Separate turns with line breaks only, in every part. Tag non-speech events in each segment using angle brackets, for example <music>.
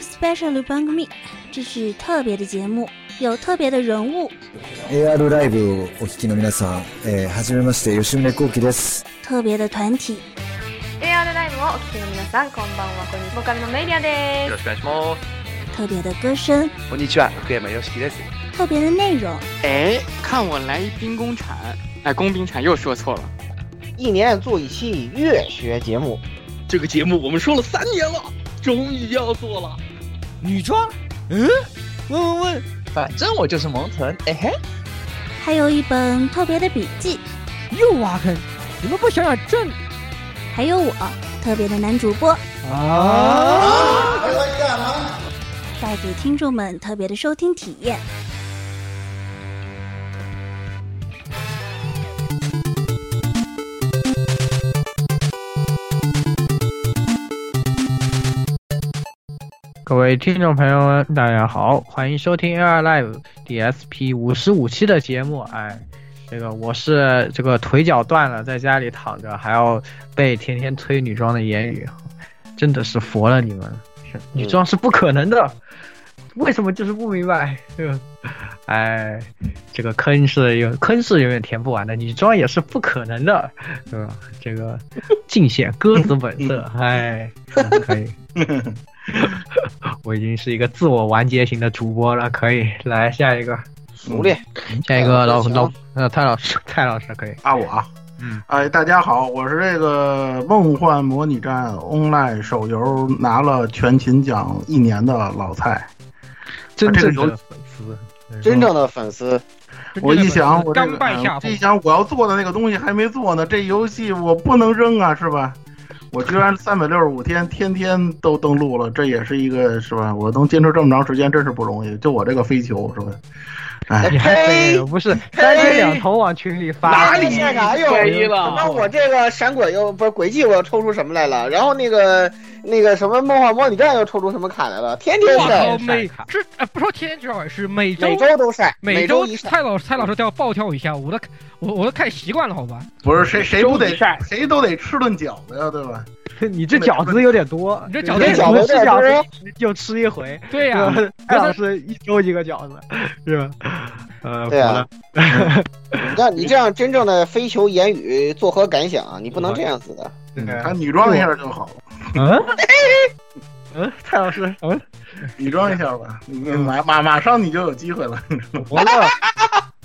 Special Bang Me，这是特别的节目，有特别的人物。
AR ライブをお聞きの皆さん、えー、はじめまして吉宗幸喜です。
特别的团体。
AR ライブをお聞きの皆さんこんばんはこんにちはボーカルのメイリア
よ
で
ろしくお願いしま
特别的歌声，
す。こんにちは、福山よしきです。
特别的内容，
哎，看我来一兵工铲！哎，工兵铲又说错了。
一年做一期乐学节目，
这个节目我们说了三年了，终于要做了。
女装？嗯？问问问，
反正我就是萌豚，哎嘿，
还有一本特别的笔记，
又挖坑！你们不想想朕
还有我特别的男主播，
啊？
带给听众们特别的收听体验。
各位听众朋友们，大家好，欢迎收听 AR Live DSP 五十五期的节目。哎，这个我是这个腿脚断了，在家里躺着，还要被天天推女装的言语，真的是服了你们！是女装是不可能的，为什么就是不明白？这个，哎，这个坑是有坑是永远填不完的，女装也是不可能的，对吧？这个尽显鸽子本色，哎，可以。我已经是一个自我完结型的主播了，可以来下一个，
熟
嗯
练。
下一
哎
个老
行
老呃蔡老师， <laughs> 蔡老师可以，
啊，我啊，
嗯，
哎，大家好，我是这个《梦幻模拟战 Online》手游拿了全勤奖一年的老蔡。
真
这个
正
有
的粉丝，嗯
真正的粉丝，
我一想，我这
甘
个
拜
哎
下
我
风
一。想我要做的那个东西还没做呢，这游戏我不能扔啊，是吧？我居然三百六十五天，天天都登录了，这也是一个是吧？我能坚持这么长时间，真是不容易。就我这个飞球是吧？哎，
你还非
嘿，
不是三天两头往群里发，
哪里那个哎呦
便宜了？
那我这个闪鬼又不是轨迹，我又抽出什么来了？然后那个那个什么梦幻模拟战又抽出什么卡来了？天天
我
晒，
靠，
晒
每
卡
这哎，不说天天这玩意儿，是每周
每周都晒，每
每周
一晒。
蔡老师蔡老师都要暴跳一下，我都我我都看习惯了，好吧？
不是谁谁不
周
得
一晒
谁都得吃顿饺子呀，对吧？
<laughs> 你这饺子有点多，
你这
对
饺子
你
有
点多
吃饺子就吃一回，
对呀、
对吧蔡老师一周一个饺子，是吧？呃，
对
好
啊
了，
你看你这样真正的飞球言语作何感想啊？你不能这样子的。
对
他女装一下就好了，
嗯， <laughs> 嗯，蔡老师，嗯，
女装一下吧，你马马马上你就有机会了。
服了，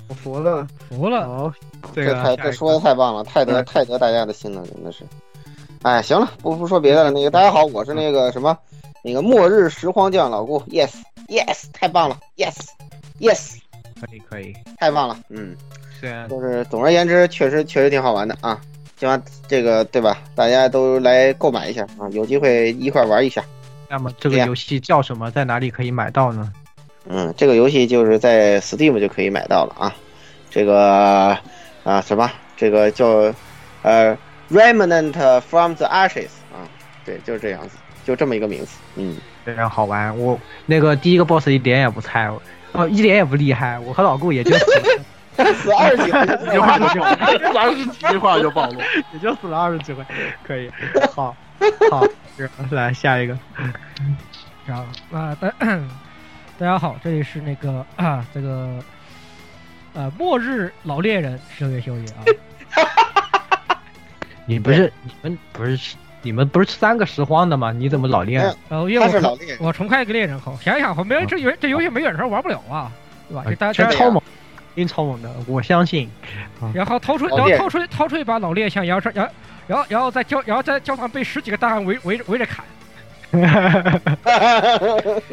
我服了，
服了。
好，这
这
个
太
下一个
这说的太棒了，太得
嗯
太得大家的心了，真的是。哎，行了，不不说别的了。那个大家好，我
嗯
是那个什么，那个末日拾荒匠老顾，yes yes，太棒了，yes yes，
可以可以，啊
太棒了，嗯，
虽然
就是总而言之，确实确实挺好玩的啊。希望这个对吧，大家都来购买一下啊，有机会一块玩一下。
那么
这
这个
样
游戏叫什么，在哪里可以买到呢？
嗯，这个游戏就是在 Steam 就可以买到了啊。这个啊什么？这个叫呃 Remnant from the Ashes 啊，对，就是这样子，就这么一个名字。嗯，
非常好玩。我那个第一个 boss 一点也不菜，我哦，一点也不厉害，我和老顾也就死了
<laughs> 死二十几 <laughs>
一句话就暴露，咱是一句话就 <laughs> 暴露。
<laughs>
也就死了二十几回，可以，好，好，是来下一个，
然后啊，大 <coughs> 大家好，这里是那个啊，这个呃，末日老猎人十六月修爷啊，
你不是你们不是你们不是三个拾荒的吗？你怎么老啊练？
然后因为我
他是
重
老猎人，
我重开一个猎人后，想一想，我没人这游这游戏没远程玩不了啊，对吧？
啊
这大
真
家
这。
超猛，真超猛的，我相信。
然后掏出，然
老
后
猎人
掏出掏出一把老猎枪，然后然后然后然后在教然后在教堂被十几个大汉围围围着砍，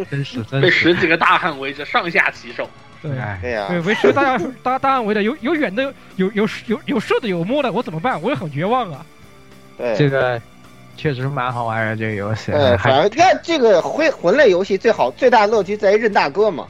真是真
被
是，
十几个大汉围着，上下其手。
对
哎，
对呀、
对，围十个大汉大大汉围着，有有远的，有有有有射的，有摸的，我怎么办？我也很绝望啊。
对
这个确实蛮好玩的这个游戏，
对，
还
呃反正你看这个魂魂类游戏最好最大的乐趣在于认大哥嘛，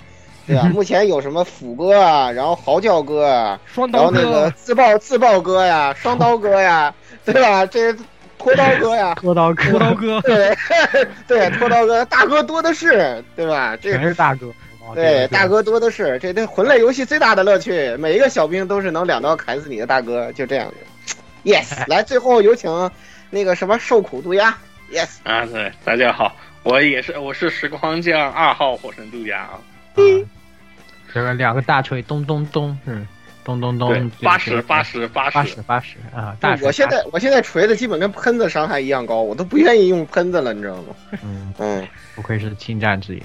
<laughs>
对吧、目前有什么斧哥啊，然后嚎叫哥啊，
双
然
刀
后那个
哥，
自爆自爆哥呀，双刀哥呀，对吧？这拖刀哥呀，
割刀割
屠刀
<laughs>
哥，
对 <laughs> 对，拖刀哥大哥多的是，对吧？这
全是大哥。哦
对
这个
大哥多的是，这这魂类游戏最大的乐趣，每一个小兵都是能两刀砍死你的大哥，就这样子。Yes，来最后有请那个什么受苦渡鸦。Yes，
啊，对，大家好，
我也是，我是时光酱二号火神杜家啊，
这个两个大锤咚咚咚，嗯，咚咚
对
咚，，
八十八十八
八
十
十，八十啊，大锤
我现在我现在锤子基本跟喷子伤害一样高，我都不愿意用喷子了，你知道吗？
嗯，
嗯，
不愧是近战之眼。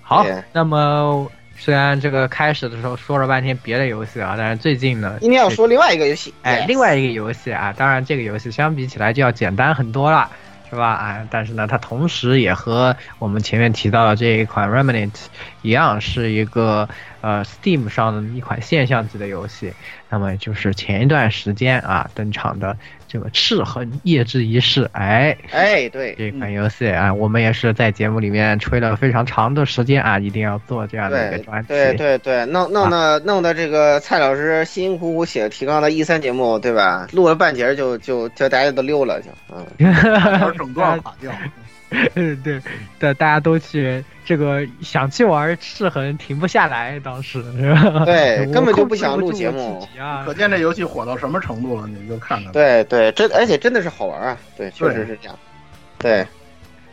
好
对，
那么虽然这个开始的时候说了半天别的游戏啊，但是最近呢，
今天要说另外一个游戏，
哎，另外一个游戏啊，当然这个游戏相比起来就要简单很多了，是吧？啊，但是呢，它同时也和我们前面提到的这一款 Remnant 一样，是一个呃 Steam 上的一款现象级的游戏。那么就是前一段时间啊登场的这个《赤痕夜之仪式》，哎，
哎，对，
这款游戏啊，
嗯
我们也是在节目里面吹了非常长的时间啊，一定要做这样的一个
对
专题。
对对对，弄弄
啊
的弄的这个蔡老师辛辛苦苦写的提纲的一三节目，对吧？录了半截儿就就就大家都溜了，就
<laughs>
嗯，
要整 <laughs> 段垮掉。
<laughs> 对，大大家都去这个想去玩赤痕，停不下来，当时是吧？
对
我
根本就
控
不
制
想
不
录
住
节
我自
目
己啊
可见这游戏火到什么程度了，你就看看。，
对对，真而且真的是好玩啊，对，确实是这样，对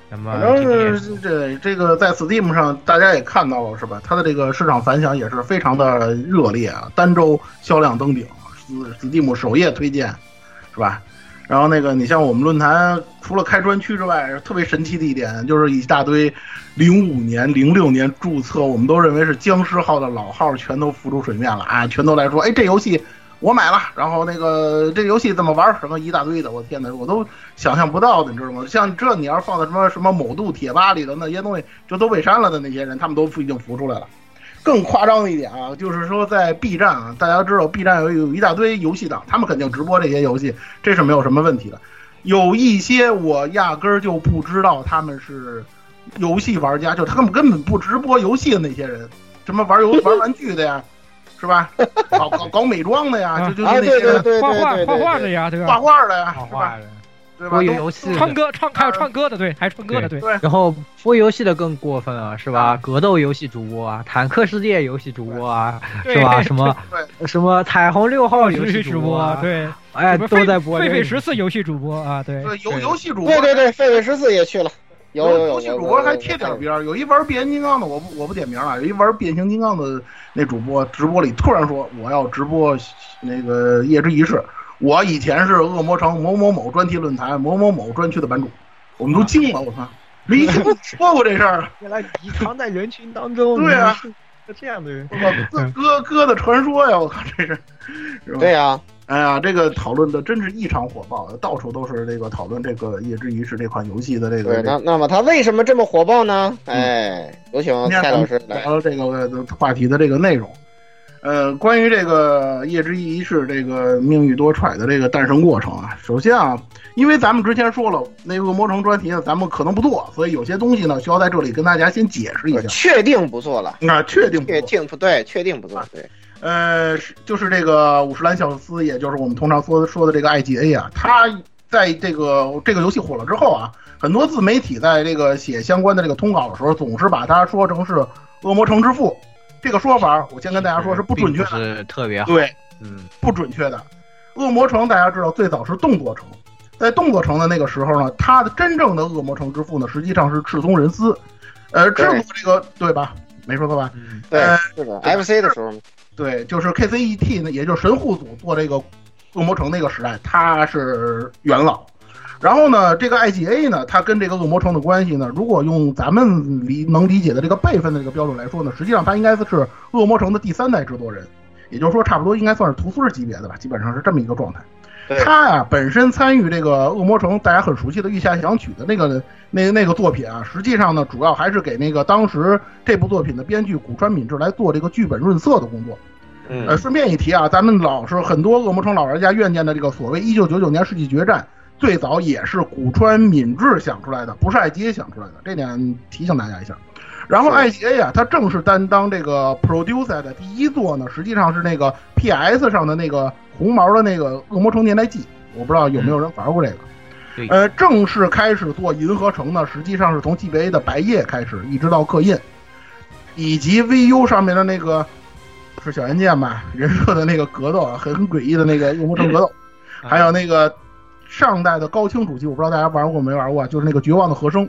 那么
反正
这
是这这个在 Steam 上大家也看到了是吧？它的这个市场反响也是非常的热烈啊，单周销量登顶，S-，Steam 首页推荐，是吧？然后那个你像我们论坛除了开专区之外，特别神奇的一点就是一大堆零五年、零六年注册，我们都认为是僵尸号的老号全都浮出水面了啊，全都来说，哎，这游戏。我买了，然后那个这游戏怎么玩什么一大堆的，我天哪，我都想象不到的，你知道吗？像这你要是放在什么什么某度贴吧里头，那些东西就都被删了的那些人，他们都已经浮出来了。更夸张的一点啊，就是说在 B 站啊，大家知道 B 站有有一大堆游戏党，他们肯定直播这些游戏，这是没有什么问题的。有一些我压根儿就不知道他们是游戏玩家，就他们根本不直播游戏的那些人，什么玩
<laughs>
游玩玩具的呀，是吧？搞搞搞美妆的呀，就就是
啊，
那
对
些
对
人
对
画
对
画
对
画画的
对，
呀，对
画
吧？
画的呀，
画
是吧？
画的，
对吧？
播
都
游戏
唱
的，
歌唱还有唱歌的，对，还有唱歌的，对。
然后播游戏的更过分了，是
啊
吧？格斗游戏主播啊，坦克世界游戏主播啊，
对
是吧？什么什么彩虹六号游戏
主
播
<laughs>
啊，
对，
哎，
什么
都
狒
在播这
狒
个
狒十四游戏主播啊，对，
对，游游戏主播
对对对，狒狒十四也去了，有有有，
游戏主
我
播
我
还贴点边儿，有一玩变形金刚的，我不我不点名了，有一玩变形金刚的那主播直播里突然说我要直播那个夜之仪式，我以前是恶魔城某某某专题论坛某某某专区的版主，我们都惊了，我操，没听
<laughs>
说过这事儿，
原
<laughs>
来你藏在人群当中，
对啊
你是这样的人。
我哥哥的传说呀，我靠，这是，是吧
对？啊呀、
哎呀，这个讨论的真是异常火爆，到处都是这个讨论这个《夜之仪式》这款游戏的这个
对，那那么它为什么这么火爆呢？哎，有请
今天
蔡
嗯咱
老
们
师来。
聊聊这个呃话题的这个内容。呃，关于这个《夜之仪式》这个命运多舛的这个诞生过程啊，首先啊，因为咱们之前说了那个恶魔城专题呢，啊咱们可能不做，所以有些东西呢需要在这里跟大家先解释一下。
确定不做了，
那、确定不
呃确
做
定不对，确定不做，对，
呃，是就是这个五十岚孝司，也就是我们通常说说的这个 IGA 啊，他在这个这个游戏火了之后啊，很多自媒体在这个写相关的这个通稿的时候，总是把它说成是恶魔城之父。这个说法，我先跟大家说是不准确
并不
的，
是特别好。
对，
嗯，
不准确的。恶魔城大家知道最早是动作城，在动作城的那个时候呢，他的真正的恶魔城之父呢，实际上是赤松仁司，呃，制
对
作这个对吧？没说错吧？
嗯
对
呃，
是的
对
，FC 的时候，
对，就是 KCET 呢，也就是神户组做这个恶魔城那个时代，他是元老。然后呢，这个 IGA 呢，它跟这个恶魔城的关系呢，如果用咱们理能理解的这个辈分的这个标准来说呢，实际上它应该是恶魔城的第三代制作人，也就是说，差不多应该算是图斯级别的吧，基本上是这么一个状态。
对
他呀、本身参与这个恶魔城，大家很熟悉的《御下祥曲》的那个那那个作品啊，实际上呢，主要还是给那个当时这部作品的编剧古川敏治来做这个剧本润色的工作。呃，
嗯，
顺便一提啊，咱们老是很多恶魔城老玩家怨念的这个所谓一九九九年世纪决战，最早也是古川敏治想出来的，不是艾吉想出来的，这点提醒大家一下。然后
是
艾吉啊，他正式担当这个 producer 的第一座呢，实际上是那个 PS 上的那个红毛的那个恶魔城年代记，我不知道有没有人玩过这个。
对
呃，正式开始做银河城呢，实际上是从 GBA 的白夜开始，一直到刻印，以及 VU 上面的那个是小圆剑吧，人设的那个格斗啊，很很诡异的那个恶魔城格斗，还有那个上代的高清主机，我不知道大家玩过没玩过啊，就是那个绝望的和声。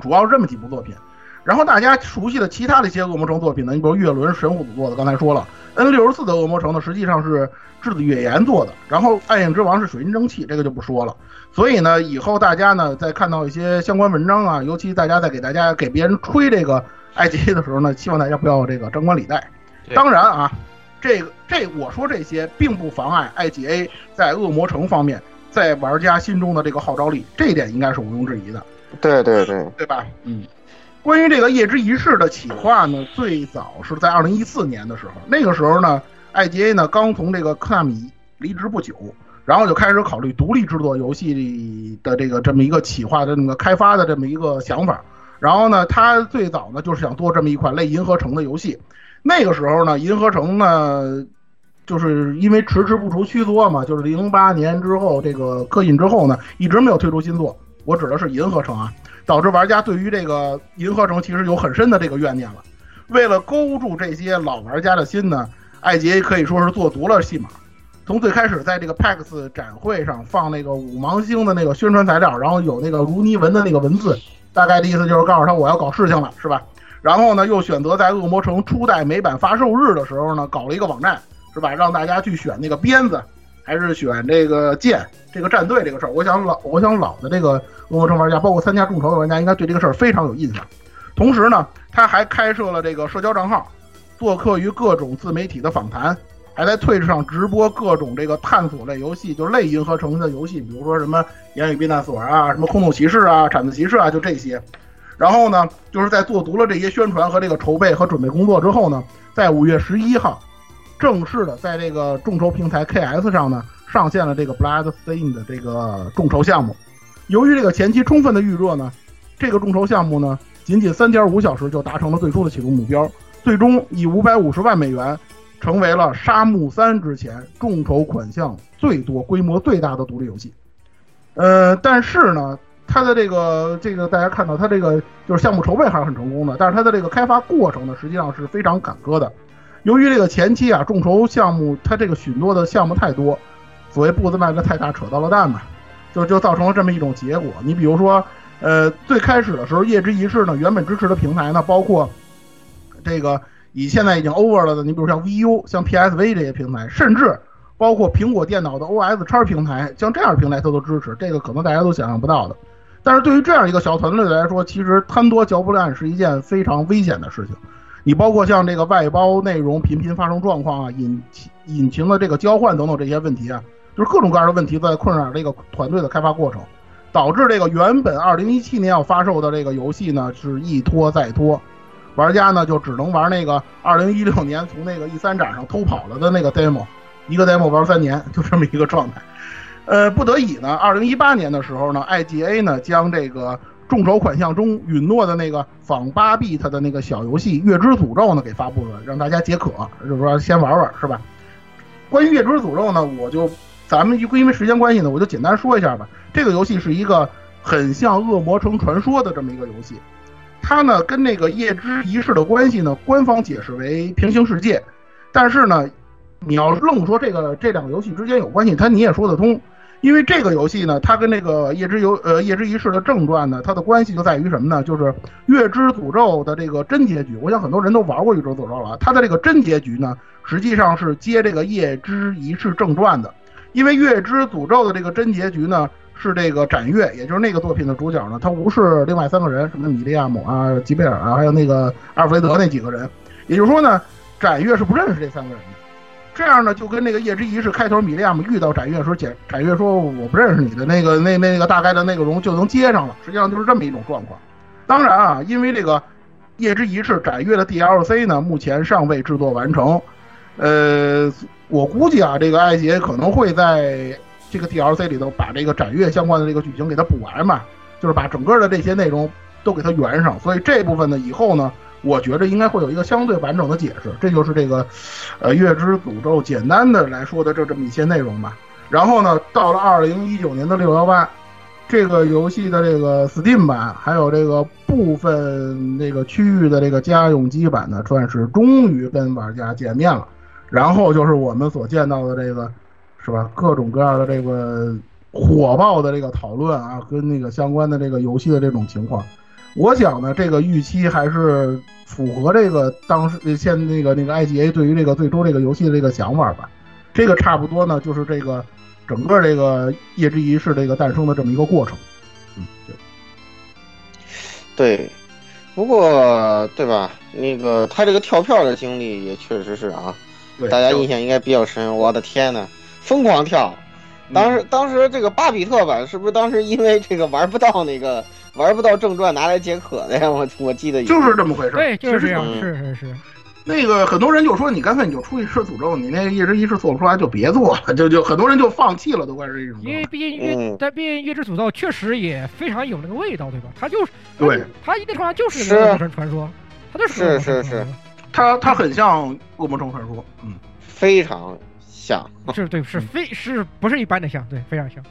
主要是这么几部作品。然后大家熟悉的其他的一些恶魔城作品呢，你比如《月轮神户组》做的，刚才说了，N 六十四的恶魔城呢，实际上是质子月岩做的，然后《暗影之王》是水银蒸汽，这个就不说了。所以呢，以后大家呢在看到一些相关文章啊，尤其大家在给大家给别人吹这个 IGA 的时候呢，希望大家不要这个张冠李戴。当然啊，这个这我说这些并不妨碍 IGA 在恶魔城方面在玩家心中的这个号召力，这一点应该是毋庸置疑的，
对对对，
对吧？嗯。关于这个夜之仪式的企划呢，最早是在二零一四年的时候，那个时候呢，IGA 呢刚从这个科纳米离职不久，然后就开始考虑独立制作游戏的这个这么一个企划的这么个开发的这么一个想法。然后呢，他最早呢就是想做这么一款类银河城的游戏。那个时候呢，银河城呢，就是因为迟迟不出续作嘛，就是零八年之后这个氪印之后呢，一直没有推出新作。我指的是银河城啊。导致玩家对于这个银河城其实有很深的这个怨念了。为了勾住这些老玩家的心呢，艾杰可以说是做足了戏码。从最开始在这个 PAX 展会上放那个五芒星的那个宣传材料，然后有那个如泥纹的那个文字，大概的意思就是告诉他我要搞事情了，是吧？然后呢，又选择在恶魔城初代美版发售日的时候呢，搞了一个网站，是吧？让大家去选那个鞭子。还是选这个剑，这个战队这个事儿，我想老，我想老的这个恶魔城玩家，包括参加众筹的玩家，应该对这个事儿非常有印象。同时呢，他还开设了这个社交账号，做客于各种自媒体的访谈，还在 Twitch 上直播各种这个探索类游戏，就是类银河城的游戏，比如说什么《言语避难所》啊，什么《空洞骑士》啊，《铲子骑士》啊，就这些。然后呢，就是在做足了这些宣传和这个筹备和准备工作之后呢，在五月十一号。正式的在这个众筹平台 KS 上呢，上线了这个 Bloodstained 的这个众筹项目。由于这个前期充分的预热呢，这个众筹项目呢，仅仅三点五小时就达成了最初的启动目标，最终以五百五十万美元成为了《沙漠三》之前众筹款项最多、规模最大的独立游戏。呃，但是呢，它的这个这个大家看到，它这个就是项目筹备还是很成功的，但是它的这个开发过程呢，实际上是非常坎坷的。由于这个前期啊，众筹项目它这个许诺的项目太多，所谓步子迈得太大，扯到了蛋嘛，就就造成了这么一种结果。你比如说，呃，最开始的时候，夜之仪式呢，原本支持的平台呢，包括这个以现在已经 over 了的，你比如像 VU、像 PSV 这些平台，甚至包括苹果电脑的 OS 叉平台，像这样的平台它都支持，这个可能大家都想象不到的。但是对于这样一个小团队来说，其实贪多嚼不烂是一件非常危险的事情。你包括像这个外包内容频频发生状况啊，引引擎的这个交换等等这些问题啊，就是各种各样的问题在困扰这个团队的开发过程，导致这个原本二零一七年要发售的这个游戏呢是一拖再拖，玩家呢就只能玩那个二零一六年从那个 E 三展上偷跑了的那个 demo，一个 demo 玩三年，就这么一个状态。呃，不得已呢，二零一八年的时候呢，IGA 呢将这个。众筹款项中允诺的那个仿八 bit 的那个小游戏《月之诅咒》呢，给发布了，让大家解渴，就是说先玩玩，是吧？关于《月之诅咒》呢，我就咱们因为时间关系呢，我就简单说一下吧。这个游戏是一个很像《恶魔城传说》的这么一个游戏，它呢跟那个《夜之仪式》的关系呢，官方解释为平行世界，但是呢，你要愣说这个这两个游戏之间有关系，它你也说得通。因为这个游戏呢，它跟那个《夜之游》呃《夜之仪式》的正传呢，它的关系就在于什么呢？就是《月之诅咒》的这个真结局，我想很多人都玩过《月之诅咒》了。啊它的这个真结局呢，实际上是接这个《夜之仪式》正传的，因为《月之诅咒》的这个真结局呢，是这个斩月，也就是那个作品的主角呢，他无视另外三个人，什么米利亚姆啊、吉贝尔啊，还有那个阿尔弗雷德那几个人。也就是说呢，斩月是不认识这三个人的。这样呢，就跟那个《夜之仪式》开头米利亚姆遇到斩月时，斩斩月说我不认识你的那个那那个大概的内容就能接上了，实际上就是这么一种状况。当然啊，因为这个《夜之仪式》斩月的 DLC 呢，目前尚未制作完成。呃，我估计啊，这个艾杰可能会在这个 DLC 里头把这个斩月相关的这个剧情给它补完吧，就是把整个的这些内容都给它圆上。所以这部分呢，以后呢。我觉着应该会有一个相对完整的解释，这就是这个，呃，月之诅咒简单的来说的这这么一些内容吧。然后呢，到了二零一九年的六幺八，这个游戏的这个 Steam 版，还有这个部分这个区域的这个家用机版呢，算是终于跟玩家见面了。然后就是我们所见到的这个，是吧？各种各样的这个火爆的这个讨论啊，跟那个相关的这个游戏的这种情况。我想呢，这个预期还是符合这个当时现那个那个 IGA 对于这个最终这个游戏的这个想法吧。这个差不多呢，就是这个整个这个夜之仪式这个诞生的这么一个过程。嗯，对。
对，不过对吧？那个他这个跳票的经历也确实是啊，
对
大家印象应该比较深。我的天呐，疯狂跳！当时当时这个巴比特版是不是当时因为这个玩不到那个玩不到正传拿来解渴的呀？ <laughs> 我我记得有
就是这么回事儿
对，就是
其
这
实
样，
嗯
是是是，
那个很多人就说你干脆你就出去吃诅咒，你那个一直一世做不出来就别做了，就就很多人就放弃了，都快是一种
因为毕竟月
嗯，
但毕竟月之诅咒确实也非常有那个味道，对吧？它就是，
对
它它一定程度上就是
是啊
那个恶魔城传说，它就是
是
恶魔
是
城传说
它它很像《恶魔城传说》，嗯，
非常像。
是对，是非是不是一般的像，对，非常像。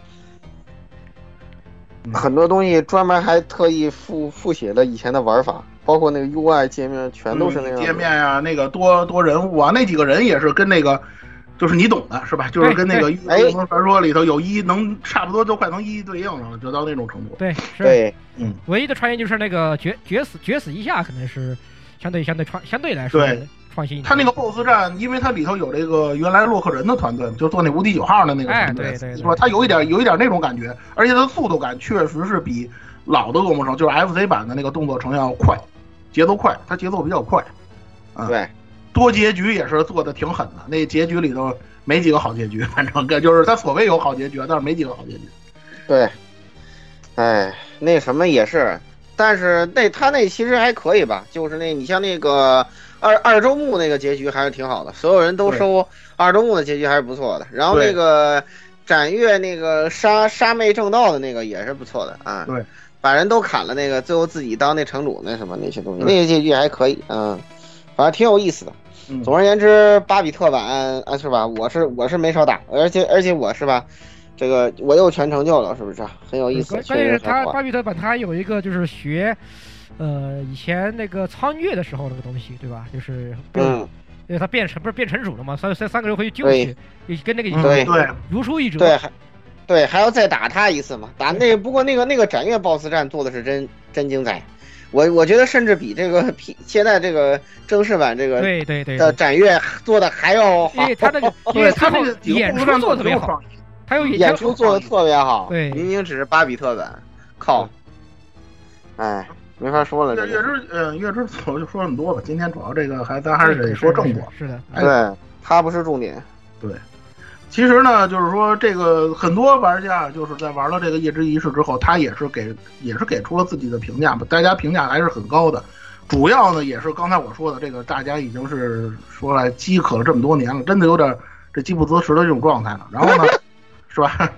很多东西专门还特意复复写了以前的玩法，包括那个 UI 界面全都是那样的。
界面啊，那个多多人物啊，那几个人也是跟那个，就是你懂的是吧？就是跟那个《
哎
英雄传说》里头有一能差不多都快能一一对应上了，就到那种程度。嗯
对，是
对，
唯一的传言就是那个决决死决死一下，可能是相对相对创相对来说
对
创新一点。
他那个 BOSS 战，因为它里头有这个原来洛克人的团队，就做那无敌九号的那个
哎
团队，
对对对
是吧？它有一点有一点那种感觉，而且它的速度感确实是比老的恶魔城，就是 FC 版的那个动作城要快，节奏快，它节奏比较快。嗯
对，
多结局也是做的挺狠的，那结局里头没几个好结局，反正跟就是他所谓有好结局，啊但是没几个好结局。
对，哎，那什么也是，但是那他那其实还可以吧，就是那你像那个二二周目那个结局还是挺好的，所有人都收二周目的结局还是不错的。然后
对
那个斩月那个杀杀妹正道的那个也是不错的啊，
对，
把人都砍了那个，最后自己当那城主那什么那些东西，那些结局还可以，嗯，反正挺有意思的。
嗯
总而言之，巴比特版啊是吧？我是我是没少打，而且而且我是吧，这个我又全成就了，是不是啊？很有意思，
关
确
关键
实
是
很
他
好玩。
巴比特版他有一个就是学，呃，以前那个苍月的时候那个东西，对吧？就是变，
嗯，
因为他变成不是变成主了嘛，所以所以三个人回去救
对
去，也跟那个一
嗯
样
对
对，
如出一辙。
对，还对还要再打他一次嘛？打那不过那个那个斩月 BOSS 战做的是真真精彩，我我觉得甚至比这个 P 现在这个正式版这个
对对对
的
对，
斩月做的还要
因
好
为，他
<laughs>
那个因为
对他
最后
那个几个
演
故
出
事战
做的特别
有
好
创，意
他有
演出做的特别好，
对
明明只是巴比特版，靠，哎，没法说了，
月
这
月
个
之呃月之我就说这么多吧，今天主要这个还咱还是得说正果。
是的，
哎
对，它不是重点，
其实呢，就是说这个很多玩家就是在玩了这个夜之仪式之后，他也是给也是给出了自己的评价吧，大家评价还是很高的。主要呢也是刚才我说的，这个大家已经是说来饥渴了这么多年了，真的有点这饥不择食的这种状态了。然后
<laughs>
呢，是吧？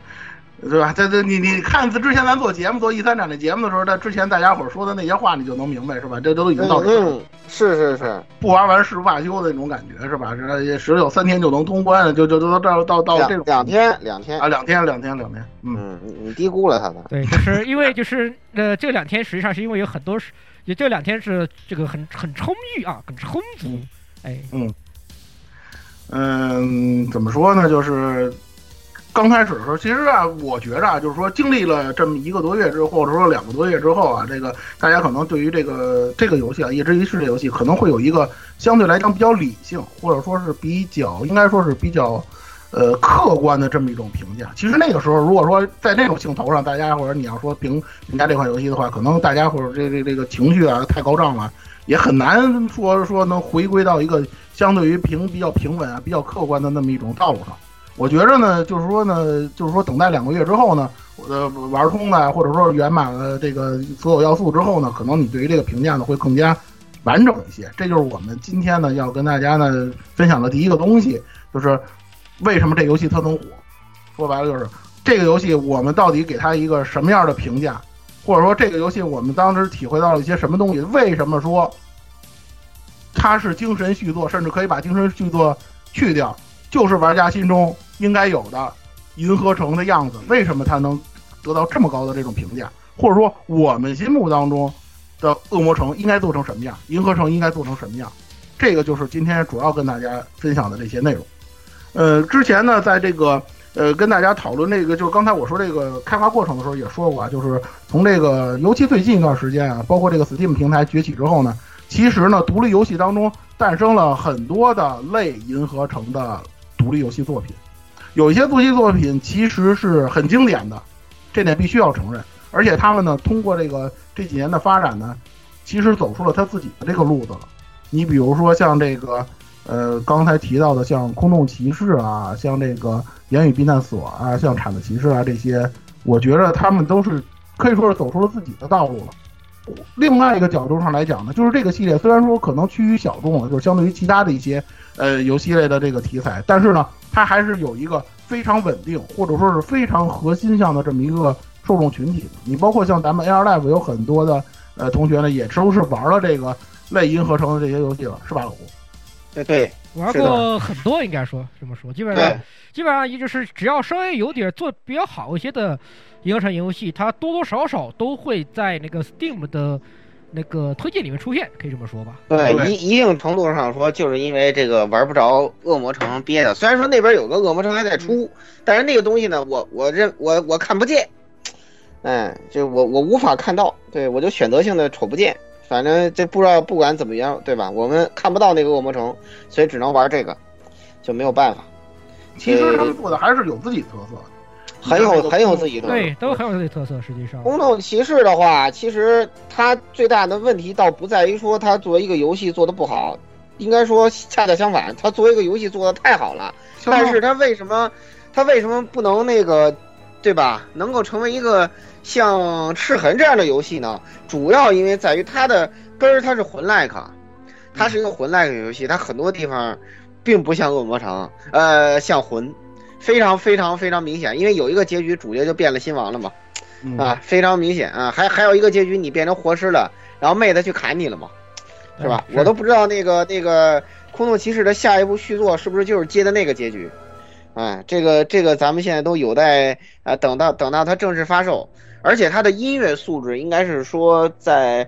对吧？这这你你看之前咱做节目做 E 三展的节目的时候，在之前大家伙说的那些话，你就能明白是吧？这都已经
嗯
到底了。
嗯，是是是，
不玩完誓不罢休的那种感觉是吧？这也十有三天就能通关，就就就到到到这
两
种
两天两天
啊，，两天，两天，两天。嗯，
嗯，你你低估了他的，
对，就是因为就是呃，这两天实际上是因为有很多是，也这两天是这个很很充裕啊，很充足，哎，
嗯，怎么说呢？就是刚开始的时候，其实啊，我觉着啊，就是说经历了这么一个多月之后，或者说两个多月之后啊，这个大家可能对于这个这个游戏啊，《一直一世》这游戏，可能会有一个相对来讲比较理性，或者说是比较应该说是比较。呃，客观的这么一种评价。其实那个时候，如果说在那种兴头上，大家或者你要说评评价这款游戏的话，可能大家或者这这这个情绪啊太高涨了，也很难说说能回归到一个相对于平比较平稳啊、比较客观的那么一种道路上。我觉着呢，就是说呢，就是说等待两个月之后呢，呃，玩通了或者说圆满了这个所有要素之后呢，可能你对于这个评价呢会更加完整一些。这就是我们今天呢要跟大家呢分享的第一个东西，就是为什么这游戏它能火。说白了就是这个游戏我们到底给它一个什么样的评价，或者说这个游戏我们当时体会到了一些什么东西？为什么说它是精神续作，甚至可以把精神续作去掉，就是玩家心中应该有的银河城的样子。为什么它能得到这么高的这种评价？或者说，我们心目当中的恶魔城应该做成什么样，银河城应该做成什么样？这个就是今天主要跟大家分享的这些内容。呃，之前呢，在这个呃，跟大家讨论这个，就是刚才我说这个开发过程的时候也说过啊，就是从这个，尤其最近一段时间啊，包括这个 Steam 平台崛起之后呢，其实呢，独立游戏当中诞生了很多的类银河城的独立游戏作品，有一些独立作品其实是很经典的，这点必须要承认。而且他们呢，通过这个这几年的发展呢，其实走出了他自己的这个路子了。你比如说像这个，呃，刚才提到的像空洞骑士啊，像这个言语避难所啊，像铲子骑士啊这些，我觉得他们都是可以说是走出了自己的道路了。另外一个角度上来讲呢，就是这个系列虽然说可能趋于小众了，就是相对于其他的一些呃游戏类的这个题材，但是呢，它还是有一个非常稳定或者说是非常核心向的这么一个受众群体的。你包括像咱们 Air Live 有很多的呃同学呢，也都是玩了这个类银河城的这些游戏了，是吧，老胡？
对对，
玩过很多，应该说这么说，基本上基本上也就是只要稍微有点做比较好一些的银河城游戏，它多多少少都会在那个 Steam 的那个推荐里面出现，可以这么说吧？
对，一一定程度上说，就是因为这个玩不着恶魔城憋的。虽然说那边有个恶魔城还在出，但是那个东西呢，我我认我我看不见，哎，就我我无法看到，对我就选择性的瞅不见。反正这不知道不管怎么样，对吧？我们看不到那个恶魔城，所以只能玩这个，就没有办法。
其实他们做的还是有自己特色的，
很有很有自己特色。
对，都很有自己特色。实际上，
空洞骑士的话，其实它最大的问题倒不在于说它作为一个游戏做的不好，应该说恰恰相反，它作为一个游戏做的太好了。但是它为什么它为什么不能那个，对吧？能够成为一个。像赤痕这样的游戏呢，主要因为在于它的根儿，它是魂 like，它是一个魂 like 游戏，它很多地方并不像恶魔城，呃，像魂，非常非常非常明显，因为有一个结局主角就变了新王了嘛，啊，非常明显啊，还还有一个结局你变成活尸了，然后妹子去砍你了嘛，是吧？我都不知道那个那个空洞骑士的下一部续作是不是就是接的那个结局，啊，这个这个咱们现在都有待啊，等到等到它正式发售。而且它的音乐素质应该是说在，